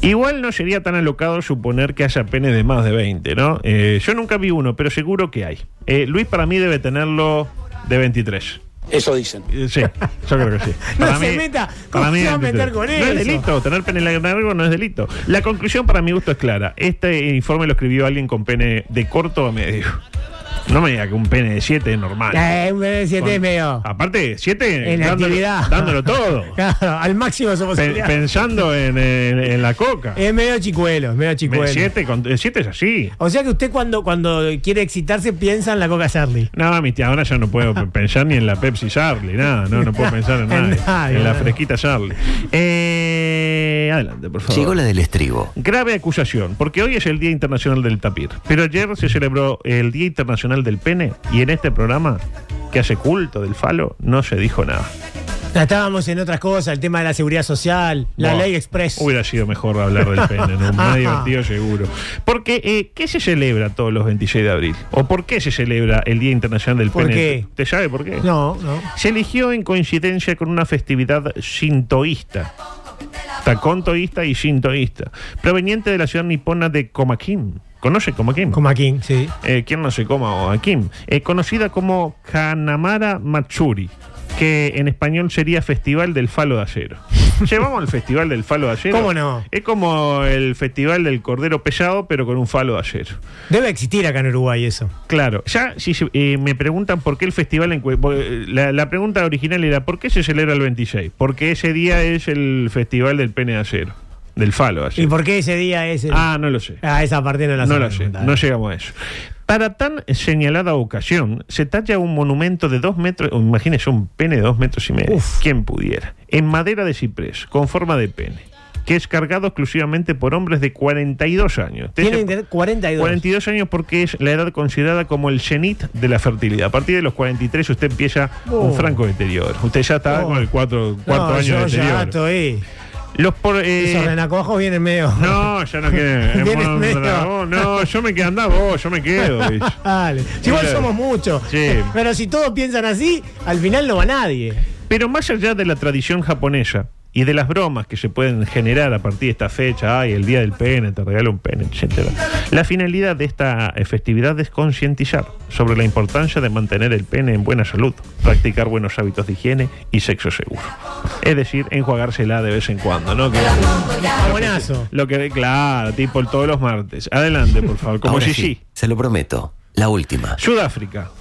[SPEAKER 8] Igual no sería tan alocado suponer que haya pene de más de 20, ¿no? Eh, yo nunca vi uno, pero seguro que hay. Eh, Luis para mí debe tenerlo de 23.
[SPEAKER 3] Eso dicen.
[SPEAKER 8] Eh, Sí, yo creo que sí.
[SPEAKER 9] No se meta, ¿cómo se va a meter con
[SPEAKER 8] No es
[SPEAKER 9] eso?
[SPEAKER 8] delito, tener pene largo no es delito. La conclusión para mi gusto es clara. Este informe lo escribió alguien con pene de corto a medio. No me diga que un pene de 7 es normal.
[SPEAKER 9] Eh, un bebé de 7 es
[SPEAKER 8] Con-
[SPEAKER 9] medio.
[SPEAKER 8] Aparte, 7
[SPEAKER 9] En actividad.
[SPEAKER 8] dándolo todo.
[SPEAKER 9] Claro, al máximo de su
[SPEAKER 8] Pe-
[SPEAKER 9] posibilidad.
[SPEAKER 8] pensando en, en- en la coca.
[SPEAKER 9] Es medio chicuelo, es medio chicuelo.
[SPEAKER 8] 7 eh, es así.
[SPEAKER 9] O sea que usted cuando, cuando quiere excitarse piensa en la Coca Charlie.
[SPEAKER 8] No, mi tía, ahora ya no puedo pe- pensar ni en la Pepsi Charlie, nada, no, no puedo pensar en
[SPEAKER 9] En
[SPEAKER 8] nada.
[SPEAKER 9] nadie,
[SPEAKER 8] en la
[SPEAKER 9] no.
[SPEAKER 8] fresquita Charlie. Eh, adelante, por favor.
[SPEAKER 2] Llegó la del estribo.
[SPEAKER 8] Grave acusación, porque hoy es el Día Internacional del Tapir, pero ayer se celebró el Día Internacional del Pene y en este programa, que hace culto del falo, no se dijo nada.
[SPEAKER 9] Tratábamos en otras cosas, el tema de la seguridad social, la
[SPEAKER 8] Buah,
[SPEAKER 9] ley express.
[SPEAKER 8] Hubiera sido mejor hablar del pene, ¿no? más
[SPEAKER 9] Ajá.
[SPEAKER 8] divertido seguro. Porque, eh, ¿qué se celebra todos los 26 de abril? ¿O por qué se celebra el Día Internacional del
[SPEAKER 9] ¿Por
[SPEAKER 8] Pene?
[SPEAKER 9] qué?
[SPEAKER 8] ¿Te sabe por qué?
[SPEAKER 9] No, no.
[SPEAKER 8] Se eligió en coincidencia con una festividad sintoísta. Tacontoísta y sintoísta. Proveniente de la ciudad nipona de Komakim. ¿Conoce Komakim?
[SPEAKER 9] Como aquí, sí.
[SPEAKER 8] Eh, ¿Quién no se coma a Kim? Eh, conocida como Hanamara Matsuri, que en español sería Festival del Falo de Acero. Llevamos el festival del falo de ayer.
[SPEAKER 9] ¿Cómo no?
[SPEAKER 8] Es como el festival del cordero pesado, pero con un falo de ayer.
[SPEAKER 9] Debe existir acá en Uruguay eso.
[SPEAKER 8] Claro, ya si se- eh, me preguntan por qué el festival en Cue- por- eh, la, la pregunta original era ¿por qué se celebra el 26? Porque ese día es el festival del pene de acero, del falo de acero.
[SPEAKER 9] ¿Y por qué ese día es el-
[SPEAKER 8] Ah, no lo sé.
[SPEAKER 9] Ah, esa parte no la
[SPEAKER 8] No
[SPEAKER 9] sabe
[SPEAKER 8] lo sé,
[SPEAKER 9] contar.
[SPEAKER 8] no llegamos a eso. Para tan señalada ocasión, se talla un monumento de dos metros, oh, imagínese un pene de dos metros y medio, quien pudiera, en madera de ciprés, con forma de pene, que es cargado exclusivamente por hombres de 42 años. Usted
[SPEAKER 9] Tienen
[SPEAKER 8] se-
[SPEAKER 9] que tener 42.
[SPEAKER 8] 42 años porque es la edad considerada como el cenit de la fertilidad. A partir de los 43 usted empieza
[SPEAKER 9] Oh.
[SPEAKER 8] un franco deterioro. Usted ya está con el cuatro, cuarto
[SPEAKER 9] No,
[SPEAKER 8] año
[SPEAKER 9] yo
[SPEAKER 8] de
[SPEAKER 9] ya
[SPEAKER 8] deterioro.
[SPEAKER 9] estoy.
[SPEAKER 8] Los por, eh,
[SPEAKER 9] Esos renacojos vienen medio.
[SPEAKER 8] no, ya no quieren.
[SPEAKER 9] Viene
[SPEAKER 8] Mon-
[SPEAKER 9] medio.
[SPEAKER 8] dragón. No, yo me quedo andá vos, yo me quedo. bicho.
[SPEAKER 9] Dale. Si igual
[SPEAKER 8] Claro.
[SPEAKER 9] somos muchos.
[SPEAKER 8] Sí.
[SPEAKER 9] Pero si todos piensan así, al final no va nadie.
[SPEAKER 8] Pero más allá de la tradición japonesa y de las bromas que se pueden generar a partir de esta fecha, ay, el día del pene, te regalo un pene, etcétera. La finalidad de esta eh, festividad es concientizar sobre la importancia de mantener el pene en buena salud, practicar buenos hábitos de higiene y sexo seguro. Es decir, enjuagársela de vez en cuando, ¿no? Que- Ah,
[SPEAKER 9] Buenazo.
[SPEAKER 8] lo que claro, tipo el todos los martes. Adelante, por favor, como
[SPEAKER 2] Ahora
[SPEAKER 8] Gigi.
[SPEAKER 2] sí, se lo prometo. La última.
[SPEAKER 8] Sudáfrica.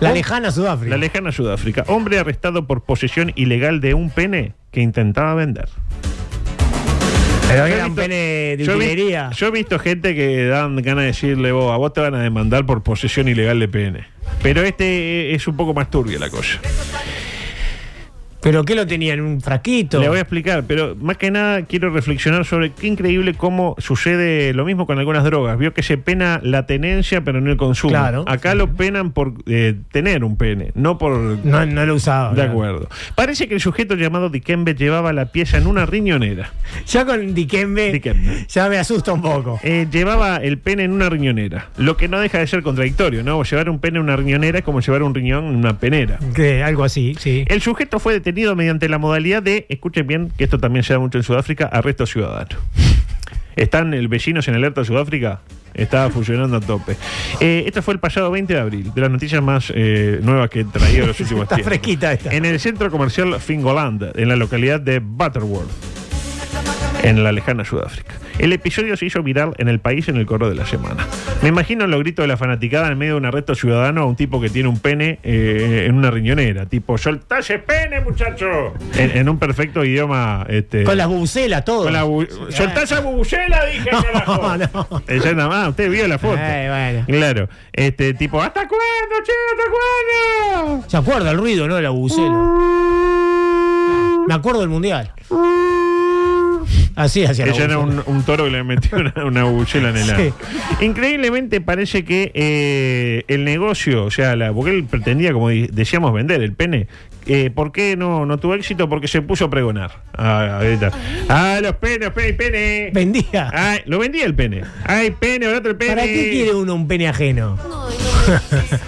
[SPEAKER 9] La lejana Sudáfrica.
[SPEAKER 8] La lejana Sudáfrica. Hombre arrestado por posesión ilegal de un pene que intentaba vender.
[SPEAKER 9] Pero
[SPEAKER 8] Yo he
[SPEAKER 9] era un
[SPEAKER 8] visto-
[SPEAKER 9] pene de
[SPEAKER 8] yo he vi-
[SPEAKER 9] utilería.
[SPEAKER 8] Yo he visto gente que dan ganas de decirle, vos, a vos te van a demandar por posesión ilegal de pene. Pero este eh, es un poco más turbia la cosa.
[SPEAKER 9] ¿Pero qué lo tenían? ¿Un frasquito?
[SPEAKER 8] Le voy a explicar, pero más que nada quiero reflexionar sobre qué increíble cómo sucede lo mismo con algunas drogas. Vio que se pena la tenencia, pero no el consumo.
[SPEAKER 9] Claro.
[SPEAKER 8] Acá lo penan por eh, tener un pene, no por.
[SPEAKER 9] No, no lo usaba.
[SPEAKER 8] de
[SPEAKER 9] claro.
[SPEAKER 8] acuerdo. Parece que el sujeto llamado Dikembe llevaba la pieza en una riñonera.
[SPEAKER 9] Ya con Dikembe,
[SPEAKER 8] Dikembe.
[SPEAKER 9] ya me asusta un poco.
[SPEAKER 8] Eh, llevaba el pene en una riñonera, lo que no deja de ser contradictorio, ¿no? Llevar un pene en una riñonera es como llevar un riñón en una penera.
[SPEAKER 9] Que algo así, sí.
[SPEAKER 8] El sujeto fue detenido mediante la modalidad de, escuchen bien, que esto también se da mucho en Sudáfrica, arresto ciudadano. ¿Están el vecinos en alerta Sudáfrica? Está funcionando a tope. Eh, esto fue el pasado 20 de abril, de las noticias más eh, nuevas que he traído en los últimos
[SPEAKER 9] Está
[SPEAKER 8] tiempos.
[SPEAKER 9] fresquita esta.
[SPEAKER 8] En el centro comercial Fingoland, en la localidad de Butterworth, en la lejana Sudáfrica. El episodio se hizo viral en el país en el correo de la semana. Me imagino los gritos de la fanaticada en medio de un arresto ciudadano a un tipo que tiene un pene eh, en una riñonera. Tipo, soltá ese pene, muchacho. En, en un perfecto idioma. Este,
[SPEAKER 9] Con las bubucelas, todo.
[SPEAKER 8] con la bu- soltá esa bubucela, dije, carajo.
[SPEAKER 9] No, no.
[SPEAKER 8] Ella nada más, usted vio la foto.
[SPEAKER 9] Eh, bueno.
[SPEAKER 8] Claro. Este tipo, ¿hasta cuándo, che? ¿Hasta cuándo?
[SPEAKER 9] ¿Se acuerda el ruido, no? De la bubucela. Me acuerdo del mundial. Así, hacia la
[SPEAKER 8] Ella era
[SPEAKER 9] bubucela.
[SPEAKER 8] un, un toro que le metió una, una bubucela en el ano. Increíblemente parece que eh, el negocio, o sea, la, porque él pretendía, como di- decíamos, vender el pene. Eh, ¿Por qué no, no tuvo éxito? Porque se puso a pregonar. Ah, ahorita. ah los penes, pene, pene.
[SPEAKER 9] Vendía.
[SPEAKER 8] Ay, lo vendía el pene. Ay, pene, barato el pene.
[SPEAKER 9] ¿Para qué quiere uno un pene ajeno?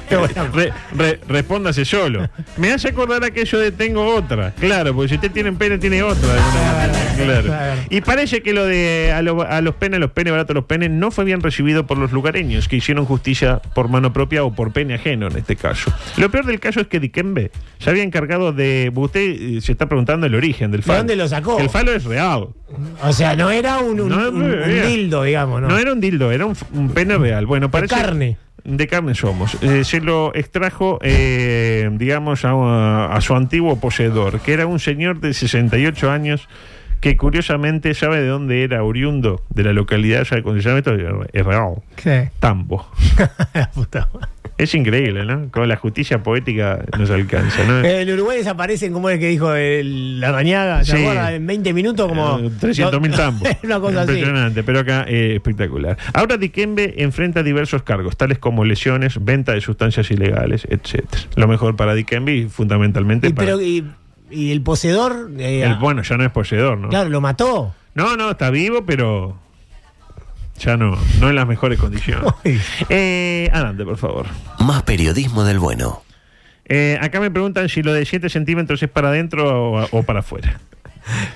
[SPEAKER 9] Qué bueno.
[SPEAKER 8] Re- re- respóndase solo. Me hace acordar a que yo tengo otra. Claro, porque si usted tiene un pene, tiene otra. de alguna manera. Claro.
[SPEAKER 9] claro.
[SPEAKER 8] Y parece que lo de a, lo- a los penes, a los penes, barato a los penes, no fue bien recibido por los lugareños, que hicieron justicia por mano propia o por pene ajeno en este caso. Lo peor del caso es que Dikembe se había encargado de. Usted eh, se está preguntando el origen del falo.
[SPEAKER 9] dónde lo sacó?
[SPEAKER 8] El falo es real.
[SPEAKER 9] O sea, no era un, un,
[SPEAKER 8] No,
[SPEAKER 9] un- un
[SPEAKER 8] era.
[SPEAKER 9] dildo, digamos, ¿no?
[SPEAKER 8] No era un dildo, era un, f- un pene real. Bueno, parece.
[SPEAKER 9] carne.
[SPEAKER 8] De carne somos. Eh, se lo extrajo, eh, digamos, a, a su antiguo poseedor, que era un señor de 68 años que curiosamente sabe de dónde era oriundo, de la localidad, ¿sabe cuándo se llama esto? Es real.
[SPEAKER 9] Sí.
[SPEAKER 8] Tambo.
[SPEAKER 9] La puta madre.
[SPEAKER 8] Es increíble, ¿no? Con la justicia poética nos alcanza, ¿no?
[SPEAKER 9] El Uruguay desaparecen, como el que dijo el- la rañaga, ¿se
[SPEAKER 8] Sí.
[SPEAKER 9] acuerda? En 20 minutos, como.
[SPEAKER 8] Eh, 300.000 tambos.
[SPEAKER 9] Una cosa así.
[SPEAKER 8] Impresionante, pero acá eh, espectacular. Ahora Dikembe enfrenta diversos cargos, tales como lesiones, venta de sustancias ilegales, etcétera. Lo mejor para Dikembe y fundamentalmente
[SPEAKER 9] Y,
[SPEAKER 8] para...
[SPEAKER 9] pero, eh, y, y el poseedor. eh,
[SPEAKER 8] el, bueno, ya no es poseedor, ¿no?
[SPEAKER 9] Claro, lo mató.
[SPEAKER 8] No, no, está vivo, pero... Ya no, no en las mejores condiciones.
[SPEAKER 9] Uy.
[SPEAKER 8] Eh, adelante, por favor.
[SPEAKER 2] Más periodismo del bueno.
[SPEAKER 8] Eh, acá me preguntan si lo de 7 centímetros es para adentro o, o para afuera.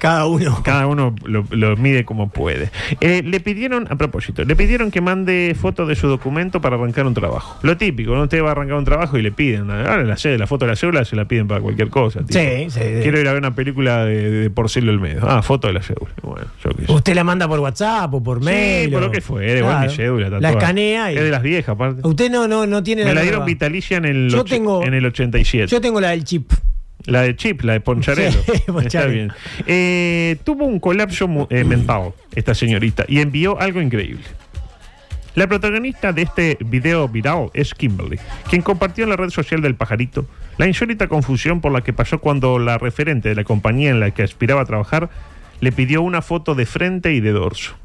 [SPEAKER 9] Cada uno.
[SPEAKER 8] Cada uno lo, lo mide como puede. Eh, le pidieron, a propósito, le pidieron que mande foto de su documento para arrancar un trabajo. Lo típico, ¿no? Usted va a arrancar un trabajo y le piden. Ahora la sede, la foto de la cédula se la piden para cualquier cosa. tipo,
[SPEAKER 9] Sí, sí, sí.
[SPEAKER 8] Quiero ir a ver una película de, de Porcelo el Medio. Ah, foto de la cédula. Bueno, yo qué sé.
[SPEAKER 9] Usted la manda por WhatsApp o por mail.
[SPEAKER 8] Sí, por
[SPEAKER 9] o-
[SPEAKER 8] lo que fue, era igual
[SPEAKER 9] Claro.
[SPEAKER 8] mi cédula. está
[SPEAKER 9] La
[SPEAKER 8] toda-
[SPEAKER 9] escanea y.
[SPEAKER 8] Es de las viejas, aparte.
[SPEAKER 9] Usted no, no, no tiene
[SPEAKER 8] Me la dieron
[SPEAKER 9] nueva.
[SPEAKER 8] vitalicia en el,
[SPEAKER 9] Yo
[SPEAKER 8] och-
[SPEAKER 9] tengo-
[SPEAKER 8] en el 87.
[SPEAKER 9] Yo tengo la del chip.
[SPEAKER 8] La de Chip, la de Poncharelo.
[SPEAKER 9] Sí,
[SPEAKER 8] Está
[SPEAKER 9] Poncharelo.
[SPEAKER 8] bien. Eh, tuvo un colapso mu- eh, mental esta señorita y envió algo increíble. La protagonista de este video viral es Kimberly, quien compartió en la red social del pajarito la insólita confusión por la que pasó cuando la referente de la compañía en la que aspiraba a trabajar le pidió una foto de frente y de dorso.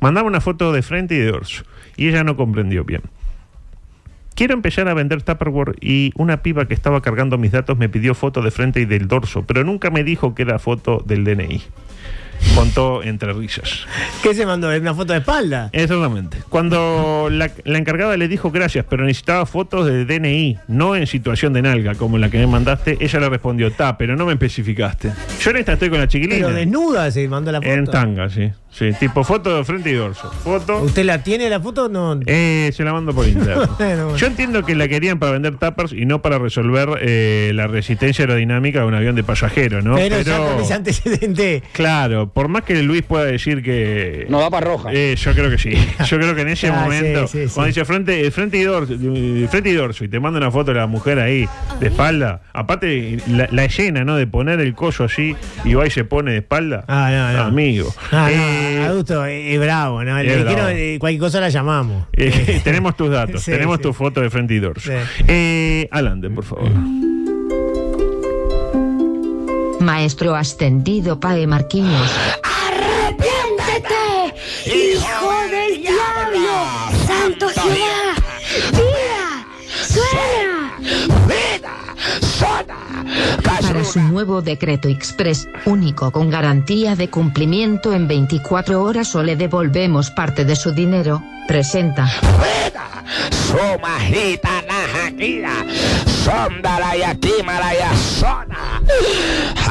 [SPEAKER 8] Mandaba una foto de frente y de dorso, y ella no comprendió bien. Quiero empezar a vender Tupperware y una piba que estaba cargando mis datos me pidió foto de frente y del dorso, pero nunca me dijo que era foto del DNI. Contó entre risas.
[SPEAKER 9] ¿Qué se mandó? ¿Una foto de espalda?
[SPEAKER 8] Exactamente. Cuando la, la encargada le dijo gracias, pero necesitaba fotos de DNI, no en situación de nalga como la que me mandaste, ella le respondió, ta, pero no me especificaste. Yo en esta estoy con la
[SPEAKER 9] Pero
[SPEAKER 8] chiquilina.
[SPEAKER 9] desnuda se mandó la foto.
[SPEAKER 8] En tanga, sí. Sí, tipo foto de frente y dorso. Foto.
[SPEAKER 9] ¿Usted la tiene la foto? No.
[SPEAKER 8] Eh, se la mando por interno.
[SPEAKER 9] Bueno, bueno.
[SPEAKER 8] Yo entiendo que la querían para vender tappers y no para resolver eh, la resistencia aerodinámica de un avión de pasajero, ¿no?
[SPEAKER 9] pero, ya con ese antecedente.
[SPEAKER 8] claro, por más que Luis pueda decir que...
[SPEAKER 3] No da para roja.
[SPEAKER 8] Eh, yo creo que sí. Yo creo que en ese
[SPEAKER 9] Ah, sí,
[SPEAKER 8] momento,
[SPEAKER 9] sí, sí.
[SPEAKER 8] cuando dice frente, frente, y dorso, eh, frente y dorso, y te manda una foto de la mujer ahí, de espalda, aparte la, la escena, ¿no? De poner el collo así y va y se pone de espalda.
[SPEAKER 9] Ah, no, no.
[SPEAKER 8] Amigo.
[SPEAKER 9] Ah,
[SPEAKER 8] Eh,
[SPEAKER 9] no, adulto, es bravo, ¿no? Le
[SPEAKER 8] es bravo.
[SPEAKER 9] quiero- eh, cualquier cosa la llamamos.
[SPEAKER 8] Eh, tenemos tus datos,
[SPEAKER 9] Sí,
[SPEAKER 8] tenemos
[SPEAKER 9] sí.
[SPEAKER 8] tu foto de frente y dorso.
[SPEAKER 9] Sí.
[SPEAKER 8] Eh, Alanden, por favor.
[SPEAKER 12] Maestro ascendido Pae Marquinhos.
[SPEAKER 6] ¡Arrepiéntete, hijo del diablo! ¡Santo Jehová! ¡Vida! ¡Suena!
[SPEAKER 12] Para su nuevo decreto express, único con garantía de cumplimiento en 24 horas o le devolvemos parte de su dinero, presenta.
[SPEAKER 13] Somajita najaquira, sondala y aquímala y azona.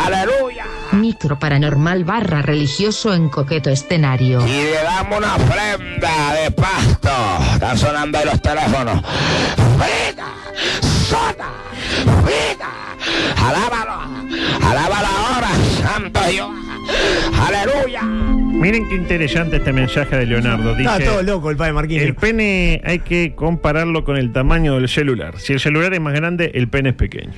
[SPEAKER 13] Aleluya.
[SPEAKER 12] Micro paranormal barra religioso en coqueto escenario.
[SPEAKER 13] Y le damos una ofrenda de pasto. Están sonando ahí los teléfonos. Vida, sona, vida. Alábalo, alábalo ahora, santo Dios. Aleluya.
[SPEAKER 8] Miren qué interesante este mensaje de Leonardo.
[SPEAKER 9] Está Ah, todo
[SPEAKER 8] Dice,
[SPEAKER 9] loco el padre Marquinhos.
[SPEAKER 8] el pene hay que compararlo con el tamaño del celular. Si el celular es más grande, el pene es pequeño.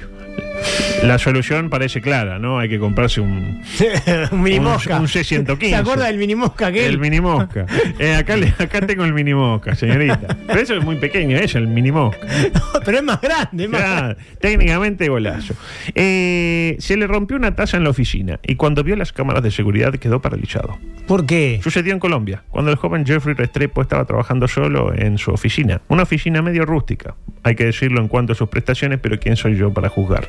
[SPEAKER 8] La solución parece clara, ¿no? Hay que comprarse un,
[SPEAKER 9] un mini
[SPEAKER 8] un-
[SPEAKER 9] mosca.
[SPEAKER 8] un C115.
[SPEAKER 9] ¿Se acuerda del mini mosca que
[SPEAKER 8] el
[SPEAKER 9] él?
[SPEAKER 8] mini mosca. Eh, acá, le- acá tengo el mini mosca, señorita. Pero eso es muy pequeño, ella, el mini mosca.
[SPEAKER 9] Pero es más grande, es más grande.
[SPEAKER 8] Claro, técnicamente golazo. Eh, se le rompió una taza en la oficina y cuando vio las cámaras de seguridad quedó paralizado.
[SPEAKER 9] ¿Por qué?
[SPEAKER 8] Sucedió en Colombia, cuando el joven Jeffrey Restrepo estaba trabajando solo en su oficina. Una oficina medio rústica, hay que decirlo en cuanto a sus prestaciones, pero ¿quién soy yo para juzgar?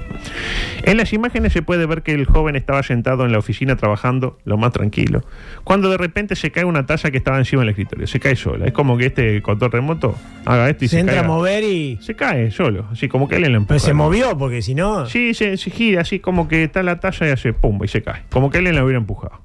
[SPEAKER 8] En las imágenes se puede ver que el joven estaba sentado en la oficina trabajando, lo más tranquilo, cuando de repente se cae una taza que estaba encima del escritorio. Se cae sola. Es como que este control remoto haga esto y se,
[SPEAKER 9] Se entra a
[SPEAKER 8] caiga.
[SPEAKER 9] mover y.
[SPEAKER 8] Se cae solo, así como que alguien lo empujó.
[SPEAKER 9] Pero se movió porque si no.
[SPEAKER 8] Ah. Sí, se, se gira así como que está la talla y hace pumba y se cae. Como que alguien la hubiera empujado.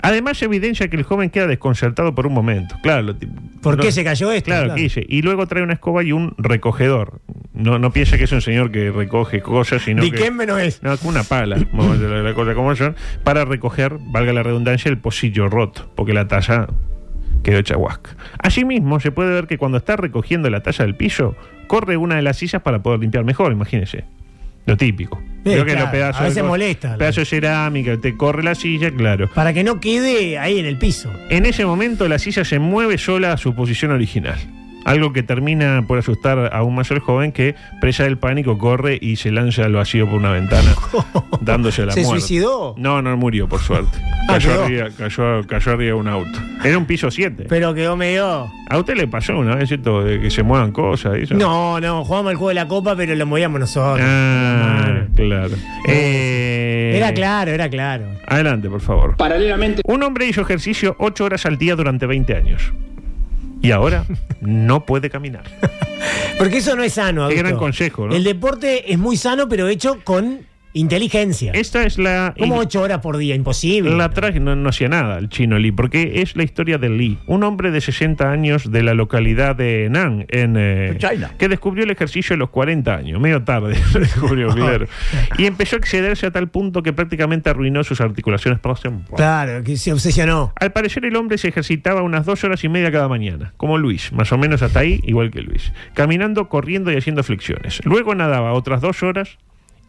[SPEAKER 8] Además, se evidencia que el joven queda desconcertado por un momento. Claro, lo ti-
[SPEAKER 9] ¿Por
[SPEAKER 8] no-
[SPEAKER 9] qué se cayó este? esto?
[SPEAKER 8] Claro, ¿qué hice? Y luego trae una escoba y un recogedor. No, no piensa que es un señor que recoge cosas, sino
[SPEAKER 9] Ni
[SPEAKER 8] que.
[SPEAKER 9] quién menos es.
[SPEAKER 8] No, con una pala, vamos a decir la cosa como son, para recoger, valga la redundancia, el pocillo roto, porque la talla quedó chahuasca. Asimismo, se puede ver que cuando está recogiendo la talla del piso, corre una de las sillas para poder limpiar mejor, imagínense. Lo típico. Creo que
[SPEAKER 9] Eh, claro,
[SPEAKER 8] los pedazos
[SPEAKER 9] a veces
[SPEAKER 8] de cos-
[SPEAKER 9] molesta.
[SPEAKER 8] Pedazo de cerámica, te corre la silla, claro.
[SPEAKER 9] Para que no quede ahí en el piso.
[SPEAKER 8] En ese momento la silla se mueve sola a su posición original. Algo que termina por asustar aún más al joven que, presa del pánico, corre y se lanza al vacío por una ventana, dándose la
[SPEAKER 9] ¿Se
[SPEAKER 8] muerte.
[SPEAKER 9] suicidó?
[SPEAKER 8] No, no murió, por suerte.
[SPEAKER 9] Ah,
[SPEAKER 8] Cayó
[SPEAKER 9] quedó.
[SPEAKER 8] arriba, cayó, cayó arriba de un auto. Era un piso 7.
[SPEAKER 9] Pero quedó medio.
[SPEAKER 8] ¿A usted le pasó una vez esto de que se muevan cosas y eso?
[SPEAKER 9] No, no, jugamos el juego de la copa, pero lo movíamos nosotros.
[SPEAKER 8] Ah, claro. Eh,
[SPEAKER 9] Era claro, era claro.
[SPEAKER 8] Adelante, por favor.
[SPEAKER 5] Paralelamente.
[SPEAKER 8] Un hombre hizo ejercicio 8 horas al día durante 20 años. Y ahora no puede caminar.
[SPEAKER 9] Porque eso no es sano.
[SPEAKER 8] Qué
[SPEAKER 9] adulto.
[SPEAKER 8] gran consejo, ¿no?
[SPEAKER 9] El deporte es muy sano, pero hecho con Inteligencia.
[SPEAKER 8] Esta es la.
[SPEAKER 9] Como ocho horas por día, imposible.
[SPEAKER 8] La traje, no, no hacía nada el chino Lee, porque es la historia de Lee, un hombre de 60 años de la localidad de Nan, en eh,
[SPEAKER 14] China.
[SPEAKER 8] que descubrió el ejercicio a los 40 años, medio tarde lo descubrió, claro. Y empezó a excederse a tal punto que prácticamente arruinó sus articulaciones.
[SPEAKER 9] Claro, que se obsesionó.
[SPEAKER 8] Al parecer el hombre se ejercitaba unas dos horas y media cada mañana, como Luis, más o menos hasta ahí, igual que Luis, caminando, corriendo y haciendo flexiones. Luego nadaba otras dos horas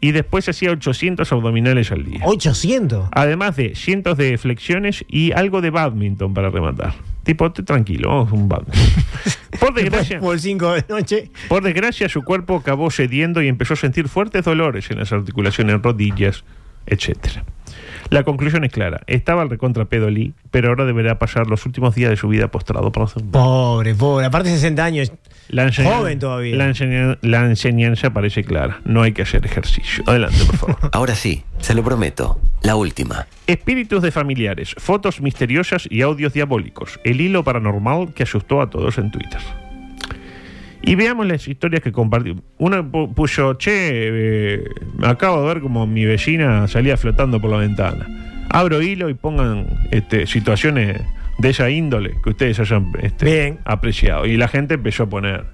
[SPEAKER 8] y después hacía 800 abdominales al día.
[SPEAKER 9] 800.
[SPEAKER 8] Además de cientos de flexiones y algo de badminton para rematar. Tipo, t- tranquilo, vamos a un badminton. Por desgracia,
[SPEAKER 9] Por cinco de noche.
[SPEAKER 8] por desgracia, su cuerpo acabó cediendo y empezó a sentir fuertes dolores en las articulaciones, rodillas, etcétera. La conclusión es clara. Estaba el recontra pedo Lee, pero ahora deberá pasar los últimos días de su vida postrado. por hacer-
[SPEAKER 9] Pobre, pobre. Aparte, 60 años.
[SPEAKER 8] La enseñan-
[SPEAKER 9] Joven todavía.
[SPEAKER 8] La, enseñan- la enseñanza parece clara. No hay que hacer ejercicio. Adelante, por favor.
[SPEAKER 2] Ahora sí, se lo prometo. La última.
[SPEAKER 8] Espíritus de familiares, fotos misteriosas y audios diabólicos. El hilo paranormal que asustó a todos en Twitter. Y veamos las historias que compartió. Uno pu- puso, che, eh, acabo de ver como mi vecina salía flotando por la ventana. Abro hilo y pongan este, situaciones de esa índole que ustedes hayan este, apreciado. Y la gente empezó a poner.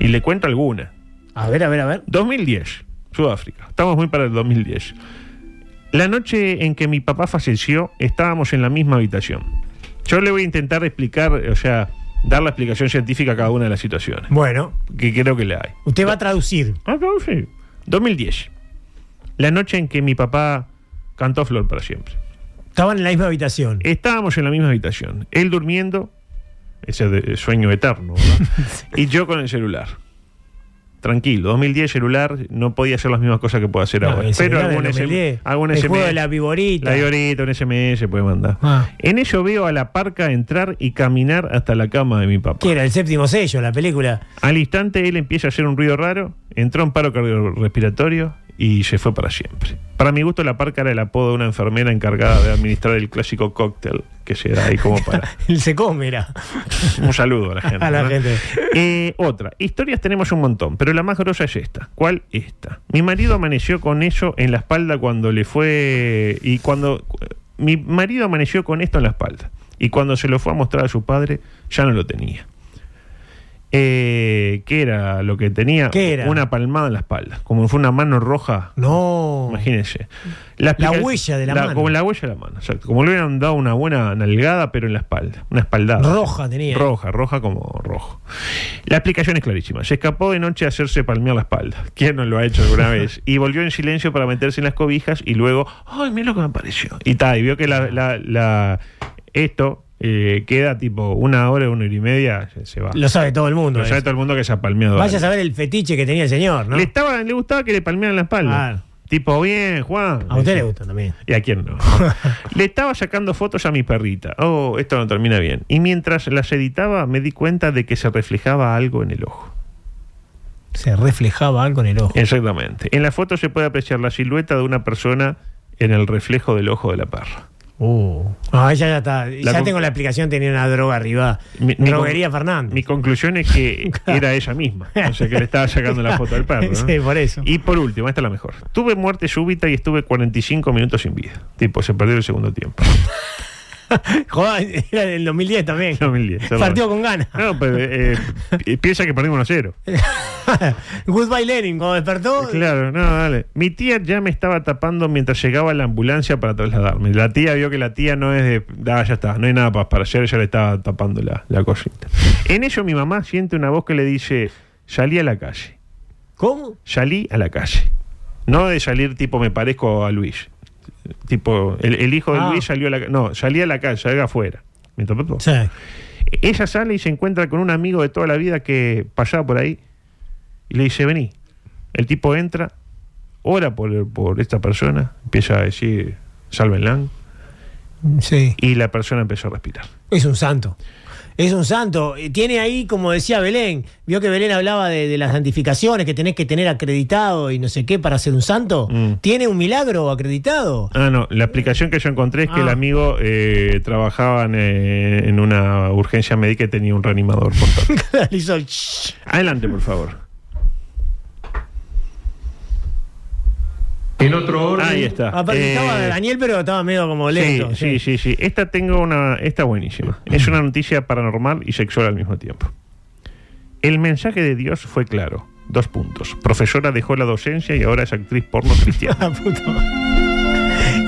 [SPEAKER 8] Y le cuento alguna.
[SPEAKER 9] A ver, a ver, a ver.
[SPEAKER 8] 2010, Sudáfrica. Estamos muy para el 2010. La noche en que mi papá falleció, estábamos en la misma habitación. Yo le voy a intentar explicar, o sea, dar la explicación científica a cada una de las situaciones,
[SPEAKER 9] Bueno,
[SPEAKER 8] que creo que le hay.
[SPEAKER 9] usted va a traducir.
[SPEAKER 8] Ah, no, sí. 2010, la noche en que mi papá cantó Flor para siempre.
[SPEAKER 9] Estaban en la misma habitación.
[SPEAKER 8] Estábamos en la misma habitación, él durmiendo, ese de- eh, sueño eterno, ¿verdad? y yo con el celular. Tranquilo, 2010 celular, no podía hacer las mismas cosas que puedo hacer
[SPEAKER 9] No,
[SPEAKER 8] ahora.
[SPEAKER 9] el celular del
[SPEAKER 8] algún
[SPEAKER 9] 2010.
[SPEAKER 8] SM algún
[SPEAKER 9] El
[SPEAKER 8] SMS,
[SPEAKER 9] juego de la viborita.
[SPEAKER 8] La viborita, un SMS puede mandar.
[SPEAKER 9] Ah.
[SPEAKER 8] En ello veo a la parca entrar y caminar hasta la cama de mi papá.
[SPEAKER 9] Que era el séptimo sello, la película.
[SPEAKER 8] Al instante él empieza a hacer un ruido raro, entró en paro cardiorrespiratorio y se fue para siempre. Para mi gusto, la parca era el apodo de una enfermera encargada de administrar el clásico cóctel que se da ahí como para.
[SPEAKER 9] Él se come, era.
[SPEAKER 8] Un saludo a la gente.
[SPEAKER 9] A la
[SPEAKER 8] ¿no?
[SPEAKER 9] gente.
[SPEAKER 8] Eh, otra. Historias tenemos un montón, pero la más grosa es esta. ¿Cuál? Esta. Mi marido amaneció con eso en la espalda cuando le fue. Y cuando. eh, Mi marido amaneció con esto en la espalda. Y cuando se lo fue a mostrar a su padre, ya no lo tenía. Eh, ¿Qué era lo que tenía?
[SPEAKER 9] ¿Qué era?
[SPEAKER 8] Una palmada en la espalda. Como fue una mano roja.
[SPEAKER 9] No.
[SPEAKER 8] Imagínense.
[SPEAKER 9] Oh. La
[SPEAKER 8] explica-
[SPEAKER 9] huella de la mano.
[SPEAKER 8] Como la huella de la mano, exacto. Como le hubieran dado una buena nalgada, pero en la espalda. Una espaldada.
[SPEAKER 9] Roja tenía.
[SPEAKER 8] Roja, roja como rojo. La explicación es clarísima. Se escapó de noche a hacerse palmear la espalda. ¿Quién no lo ha hecho alguna vez? Y volvió en silencio para meterse en las cobijas y luego, ¡ay, mira lo que me apareció! Y tal, y vio que la, la- la- esto eh, queda tipo una hora, una hora y media, se, se va.
[SPEAKER 9] Lo sabe todo el mundo.
[SPEAKER 8] Lo sabe
[SPEAKER 9] eso.
[SPEAKER 8] todo el mundo que se ha palmeado.
[SPEAKER 9] Vaya a saber el fetiche que tenía el señor, ¿no?
[SPEAKER 8] Le, estaba, le gustaba que le palmearan la espalda. Tipo, bien, Juan.
[SPEAKER 9] A usted le gusta también.
[SPEAKER 8] ¿Y a quién no? Le estaba sacando fotos a mi perrita. Oh, esto no termina bien. Y mientras las editaba, me di cuenta de que se reflejaba algo en el ojo.
[SPEAKER 9] Se reflejaba algo en el
[SPEAKER 8] Eh.
[SPEAKER 9] ojo.
[SPEAKER 8] Exactamente. En la foto se puede apreciar la silueta de una persona en el reflejo del ojo de la perra.
[SPEAKER 9] Uh. Ah, ella ya está. ya
[SPEAKER 8] con-
[SPEAKER 9] tengo la explicación, tenía una droga arriba.
[SPEAKER 8] Mi- mi
[SPEAKER 9] Droguería Fernández.
[SPEAKER 8] Mi conclusión es que era ella misma. O sea, que le estaba sacando la foto al perro. ¿no?
[SPEAKER 9] Sí, por eso.
[SPEAKER 8] Y por último, esta es la mejor. Tuve muerte súbita y estuve 45 minutos sin vida. Tipo, se perdió el segundo tiempo.
[SPEAKER 9] Joder, era en el 2010 también.
[SPEAKER 8] 2010, perdón.
[SPEAKER 9] Partido con ganas.
[SPEAKER 8] No, pero eh, eh, piensa que perdimos 1 0.
[SPEAKER 9] Goodbye Lenin, cuando despertó.
[SPEAKER 8] Claro, no, dale. Mi tía ya me estaba tapando mientras llegaba la ambulancia para trasladarme. La tía vio que la tía no es de. Ah, ya está, no hay nada para, para hacer, ya le estaba tapando la, la cosita. En ello, mi mamá siente una voz que le dice: Salí a la calle.
[SPEAKER 9] ¿Cómo?
[SPEAKER 8] Salí a la calle. No de salir tipo, me parezco a Luis. Tipo, el, el hijo de
[SPEAKER 9] Ah.
[SPEAKER 8] Luis salió a la calle. No, salí a la calle, salga afuera. ¿Me tapó?
[SPEAKER 9] Sí.
[SPEAKER 8] Ella sale y se encuentra con un amigo de toda la vida que pasaba por ahí y le dice, vení. El tipo entra, ora por, por esta persona, empieza a decir, sálvenla,
[SPEAKER 9] Sí.
[SPEAKER 8] y la persona empezó a respirar.
[SPEAKER 9] Es un santo. Es un santo. Eh, Tiene ahí, como decía Belén, vio que Belén hablaba de, de las santificaciones que tenés que tener acreditado y no sé qué para ser un santo.
[SPEAKER 8] Mm.
[SPEAKER 9] Tiene un milagro acreditado.
[SPEAKER 8] Ah, no, la explicación que yo encontré es que
[SPEAKER 9] Ah.
[SPEAKER 8] el amigo eh, trabajaba en, eh, en una urgencia médica y tenía un reanimador. portátil.
[SPEAKER 9] Le hizo el shhh.
[SPEAKER 8] Adelante, por favor. En otro orden. Ahí está.
[SPEAKER 9] Aparte,
[SPEAKER 8] Eh,
[SPEAKER 9] Ah, estaba Daniel, pero estaba medio como lento.
[SPEAKER 8] sí, sí, sí, sí. Esta tengo una. Esta buenísima. Es una noticia paranormal y sexual al mismo tiempo. El mensaje de Dios fue claro. Dos puntos. Profesora dejó la docencia y ahora es actriz porno cristiana.
[SPEAKER 9] Ah,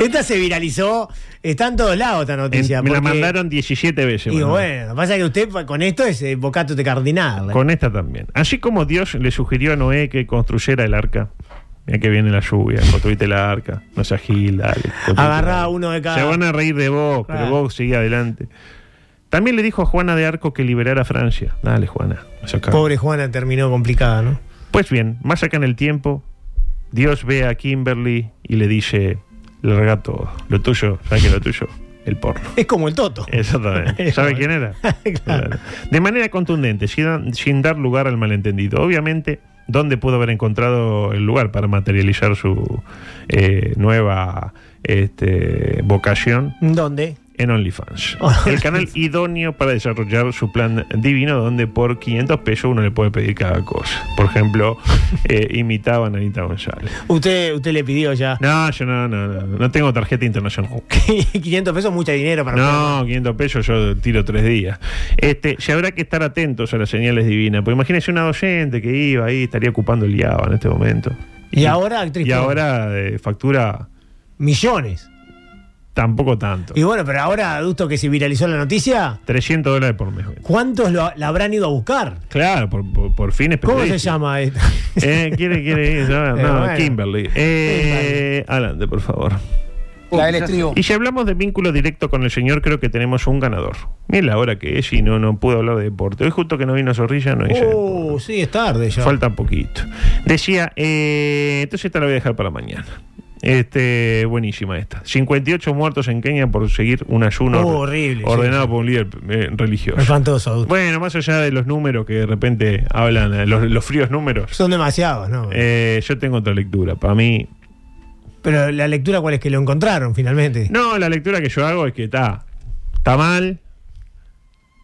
[SPEAKER 9] Esta se viralizó, está en todos lados esta noticia.
[SPEAKER 8] me la
[SPEAKER 9] porque-
[SPEAKER 8] mandaron 17 veces.
[SPEAKER 9] Digo,
[SPEAKER 8] bueno.
[SPEAKER 9] bueno, lo que pasa es que usted pa- con esto es eh, bocato de cardinal. ¿eh?
[SPEAKER 8] Con esta también. Así como Dios le sugirió a Noé que construyera el arca. Mira que viene la lluvia, construite el arca, no seas gil, dale. construite el
[SPEAKER 9] Agarrá
[SPEAKER 8] arca.
[SPEAKER 9] uno de cada.
[SPEAKER 8] Se van a reír de vos, pero
[SPEAKER 9] Claro.
[SPEAKER 8] vos sigue adelante. También le dijo a Juana de Arco que liberara a Francia. Dale, Juana. no seas cabrón.
[SPEAKER 9] Pobre Juana terminó complicada, ¿no?
[SPEAKER 8] Pues bien, más acá en el tiempo, Dios ve a Kimberly y le dice, le rega todo. Lo tuyo, ¿sabes qué es lo tuyo? El porno.
[SPEAKER 9] Es como el Toto.
[SPEAKER 8] Eh. Exactamente. ¿Sabe quién era? Claro. De manera contundente, sin, sin dar lugar al malentendido. Obviamente, ¿dónde pudo haber encontrado el lugar para materializar su eh, nueva este, vocación?
[SPEAKER 9] ¿Dónde?
[SPEAKER 8] En OnlyFans.
[SPEAKER 9] Oh,
[SPEAKER 8] El canal idóneo para desarrollar su plan divino, donde por 500 pesos uno le puede pedir cada cosa. Por ejemplo, eh, imitaban a Anita González.
[SPEAKER 9] Usted, usted le pidió ya.
[SPEAKER 8] No, yo no, no, no, no tengo tarjeta internacional.
[SPEAKER 9] 500 pesos, mucho dinero para
[SPEAKER 8] No, 500 pesos yo tiro tres días. Este, y habrá que estar atentos a las señales divinas. Porque imagínese una docente que iba ahí, estaría ocupando el IABA en este momento.
[SPEAKER 9] Y ahora, actriz
[SPEAKER 8] Y
[SPEAKER 9] porno.
[SPEAKER 8] ahora eh, factura
[SPEAKER 9] millones.
[SPEAKER 8] tampoco tanto.
[SPEAKER 9] Y bueno, pero ahora, adusto que se viralizó la noticia,
[SPEAKER 8] 300 dólares por mes.
[SPEAKER 9] ¿cuántos lo- la habrán ido a buscar?
[SPEAKER 8] Claro, por, por, por fines
[SPEAKER 9] ¿Cómo se
[SPEAKER 8] periodísticos.
[SPEAKER 9] llama esta?
[SPEAKER 8] Eh, ¿Quiere, quiere ir? No,
[SPEAKER 9] Eh,
[SPEAKER 8] no,
[SPEAKER 9] bueno.
[SPEAKER 8] Kimberly. Eh, adelante, por favor.
[SPEAKER 14] La del estribo.
[SPEAKER 8] Y si hablamos de vínculo directo con el señor, creo que tenemos un ganador. Miren la hora que es y no, no puedo hablar de deporte. Hoy justo que no vino Zorrilla, no hice
[SPEAKER 9] Oh, sí, es tarde ya.
[SPEAKER 8] Falta un poquito. Decía, eh, entonces esta la voy a dejar para mañana. Este, buenísima esta. 58 muertos en Kenia por seguir un ayuno
[SPEAKER 9] Oh,
[SPEAKER 8] or-
[SPEAKER 9] horrible,
[SPEAKER 8] ordenado por un líder eh, religioso.
[SPEAKER 9] Espantoso, adusto.
[SPEAKER 8] Bueno, más allá de los números que de repente hablan, eh, los, los fríos números,
[SPEAKER 9] Son demasiados, ¿no?
[SPEAKER 8] eh, yo tengo otra lectura. Para mí,
[SPEAKER 9] Pero la lectura, ¿cuál es que lo encontraron finalmente?
[SPEAKER 8] no, la lectura que yo hago es que está, está mal,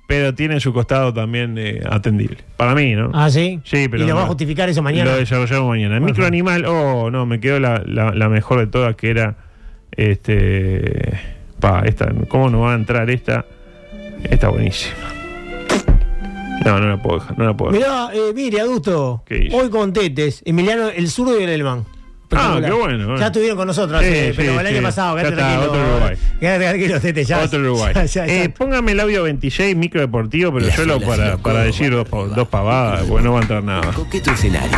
[SPEAKER 8] pero tiene su costado también eh, atendible. Para mí, ¿no?
[SPEAKER 9] Ah, sí.
[SPEAKER 8] Sí, pero
[SPEAKER 9] ¿Y lo va a
[SPEAKER 8] no.
[SPEAKER 9] justificar eso mañana?
[SPEAKER 8] Lo desarrollamos mañana.
[SPEAKER 9] Ajá.
[SPEAKER 8] Microanimal, oh, no, me quedó la, la- la mejor de todas, que era. Este. Pa, esta, ¿cómo nos va a entrar esta? Esta buenísima. No, no la puedo dejar, no la puedo dejar.
[SPEAKER 9] Mirá, eh, mire, adusto.
[SPEAKER 8] ¿Qué hizo?
[SPEAKER 9] Hoy con Tetes, Emiliano el zurdo y el Elman.
[SPEAKER 8] Ah,
[SPEAKER 9] Espectacular.
[SPEAKER 8] qué bueno. bueno.
[SPEAKER 9] Ya estuvieron con nosotros,
[SPEAKER 8] Sí,
[SPEAKER 9] hace-
[SPEAKER 8] sí,
[SPEAKER 9] pero el
[SPEAKER 8] sí.
[SPEAKER 9] año pasado,
[SPEAKER 8] Ya
[SPEAKER 9] quédate
[SPEAKER 8] está,
[SPEAKER 9] tranquilo. ¿eh?
[SPEAKER 8] otro Uruguay.
[SPEAKER 9] Quédate tranquilo, Tetes, ya.
[SPEAKER 8] Otro Uruguay.
[SPEAKER 9] ya, ya, ya.
[SPEAKER 8] Eh, póngame el audio 26, micro deportivo, pero
[SPEAKER 2] La
[SPEAKER 8] solo
[SPEAKER 2] fila,
[SPEAKER 8] para,
[SPEAKER 2] fila,
[SPEAKER 8] para
[SPEAKER 2] codo,
[SPEAKER 8] decir dos, pa- dos pavadas, porque no va a entrar nada.
[SPEAKER 2] Coqueto escenario.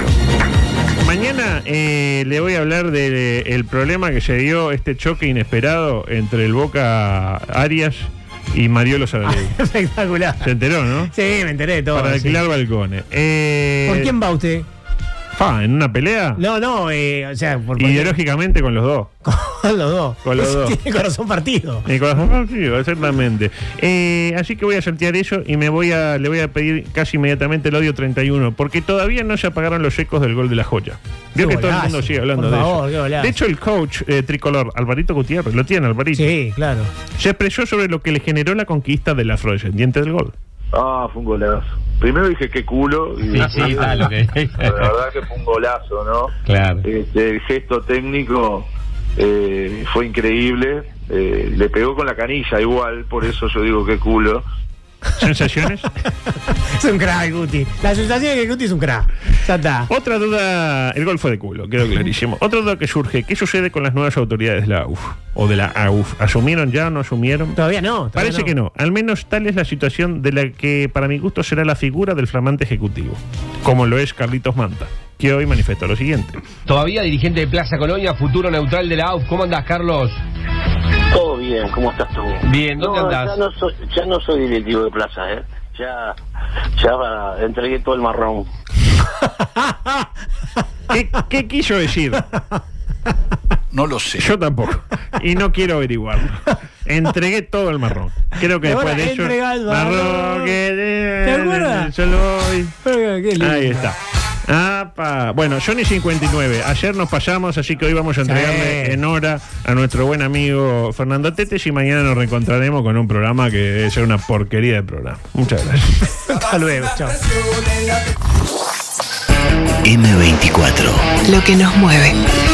[SPEAKER 8] Mañana eh, le voy a hablar del el problema que se dio este choque inesperado entre el Boca Arias y Mariolo Saraley.
[SPEAKER 9] Espectacular.
[SPEAKER 8] Se enteró, ¿no?
[SPEAKER 9] Ah. Sí, me enteré de todo.
[SPEAKER 8] Para
[SPEAKER 9] sí.
[SPEAKER 8] alquilar balcones. Eh,
[SPEAKER 9] ¿Por quién va usted?
[SPEAKER 8] fa, ¿En una pelea?
[SPEAKER 9] No, no, eh, o sea, por
[SPEAKER 8] Ideológicamente con los dos.
[SPEAKER 9] Con los dos.
[SPEAKER 8] Con los dos.
[SPEAKER 9] Tiene corazón partido.
[SPEAKER 8] Eh, con los dos partidos, exactamente. Eh, así que voy a saltear eso y me voy a, le voy a pedir casi inmediatamente el audio 31, porque todavía no se apagaron los ecos del gol de la joya. Veo
[SPEAKER 9] Qué
[SPEAKER 8] que todo el
[SPEAKER 9] golazo,
[SPEAKER 8] mundo sigue hablando
[SPEAKER 9] por
[SPEAKER 8] de
[SPEAKER 9] favor, qué
[SPEAKER 8] eso.
[SPEAKER 9] golazo.
[SPEAKER 8] De hecho, el coach eh, tricolor, Alvarito Gutiérrez, lo tiene Alvarito,
[SPEAKER 9] Sí, claro.
[SPEAKER 8] se expresó sobre lo que le generó la conquista del afrodescendiente del gol.
[SPEAKER 15] Ah, fue un golazo. Primero dije qué culo. Y
[SPEAKER 16] Sí, sí, está lo que-
[SPEAKER 15] La verdad que fue un golazo, ¿no?
[SPEAKER 16] Claro.
[SPEAKER 15] Este, el gesto técnico eh, fue increíble. Eh, le pegó con la canilla igual, por eso yo digo qué culo.
[SPEAKER 8] ¿Sensaciones?
[SPEAKER 9] Es un crack, Guti. La sensación es que Guti es un crack. Ya está.
[SPEAKER 8] Otra duda, el gol fue de culo, quedó clarísimo. Otra duda que surge, ¿qué sucede con las nuevas autoridades de la AUF o de la AUF? ¿Asumieron ya o no asumieron?
[SPEAKER 9] Todavía no. todavía
[SPEAKER 8] Parece que no, al menos tal es la situación de la que para mi gusto será la figura del flamante ejecutivo, como lo es Carlitos Manta, que hoy manifestó lo siguiente.
[SPEAKER 17] Todavía dirigente de Plaza Colonia, futuro neutral de la AUF. ¿Cómo andás, Carlos?
[SPEAKER 18] Todo bien, ¿cómo estás tú?
[SPEAKER 17] Bien, ¿dónde
[SPEAKER 18] No,
[SPEAKER 17] andás?
[SPEAKER 18] Ya no, soy, ya no soy directivo de plaza, ¿eh? Ya, ya ah, entregué todo el marrón.
[SPEAKER 8] ¿Qué, qué quiso decir? No lo sé. Yo tampoco. Y no quiero averiguarlo. Entregué todo el marrón. Creo que
[SPEAKER 9] Ahora
[SPEAKER 8] después de eso.
[SPEAKER 9] entrega el marrón.
[SPEAKER 8] que de-
[SPEAKER 9] ¿Te acuerdas?
[SPEAKER 8] Yo lo voy.
[SPEAKER 9] Pero, qué lindo.
[SPEAKER 8] Ahí está. Apa. Bueno, Johnny 59. Ayer nos pasamos, así que hoy vamos a entregarle en hora a nuestro buen amigo Fernando Tetes y mañana nos reencontraremos con un programa que debe ser una porquería de programa. Muchas gracias.
[SPEAKER 9] Hasta luego, chao.
[SPEAKER 2] M24.
[SPEAKER 1] Lo que nos mueve.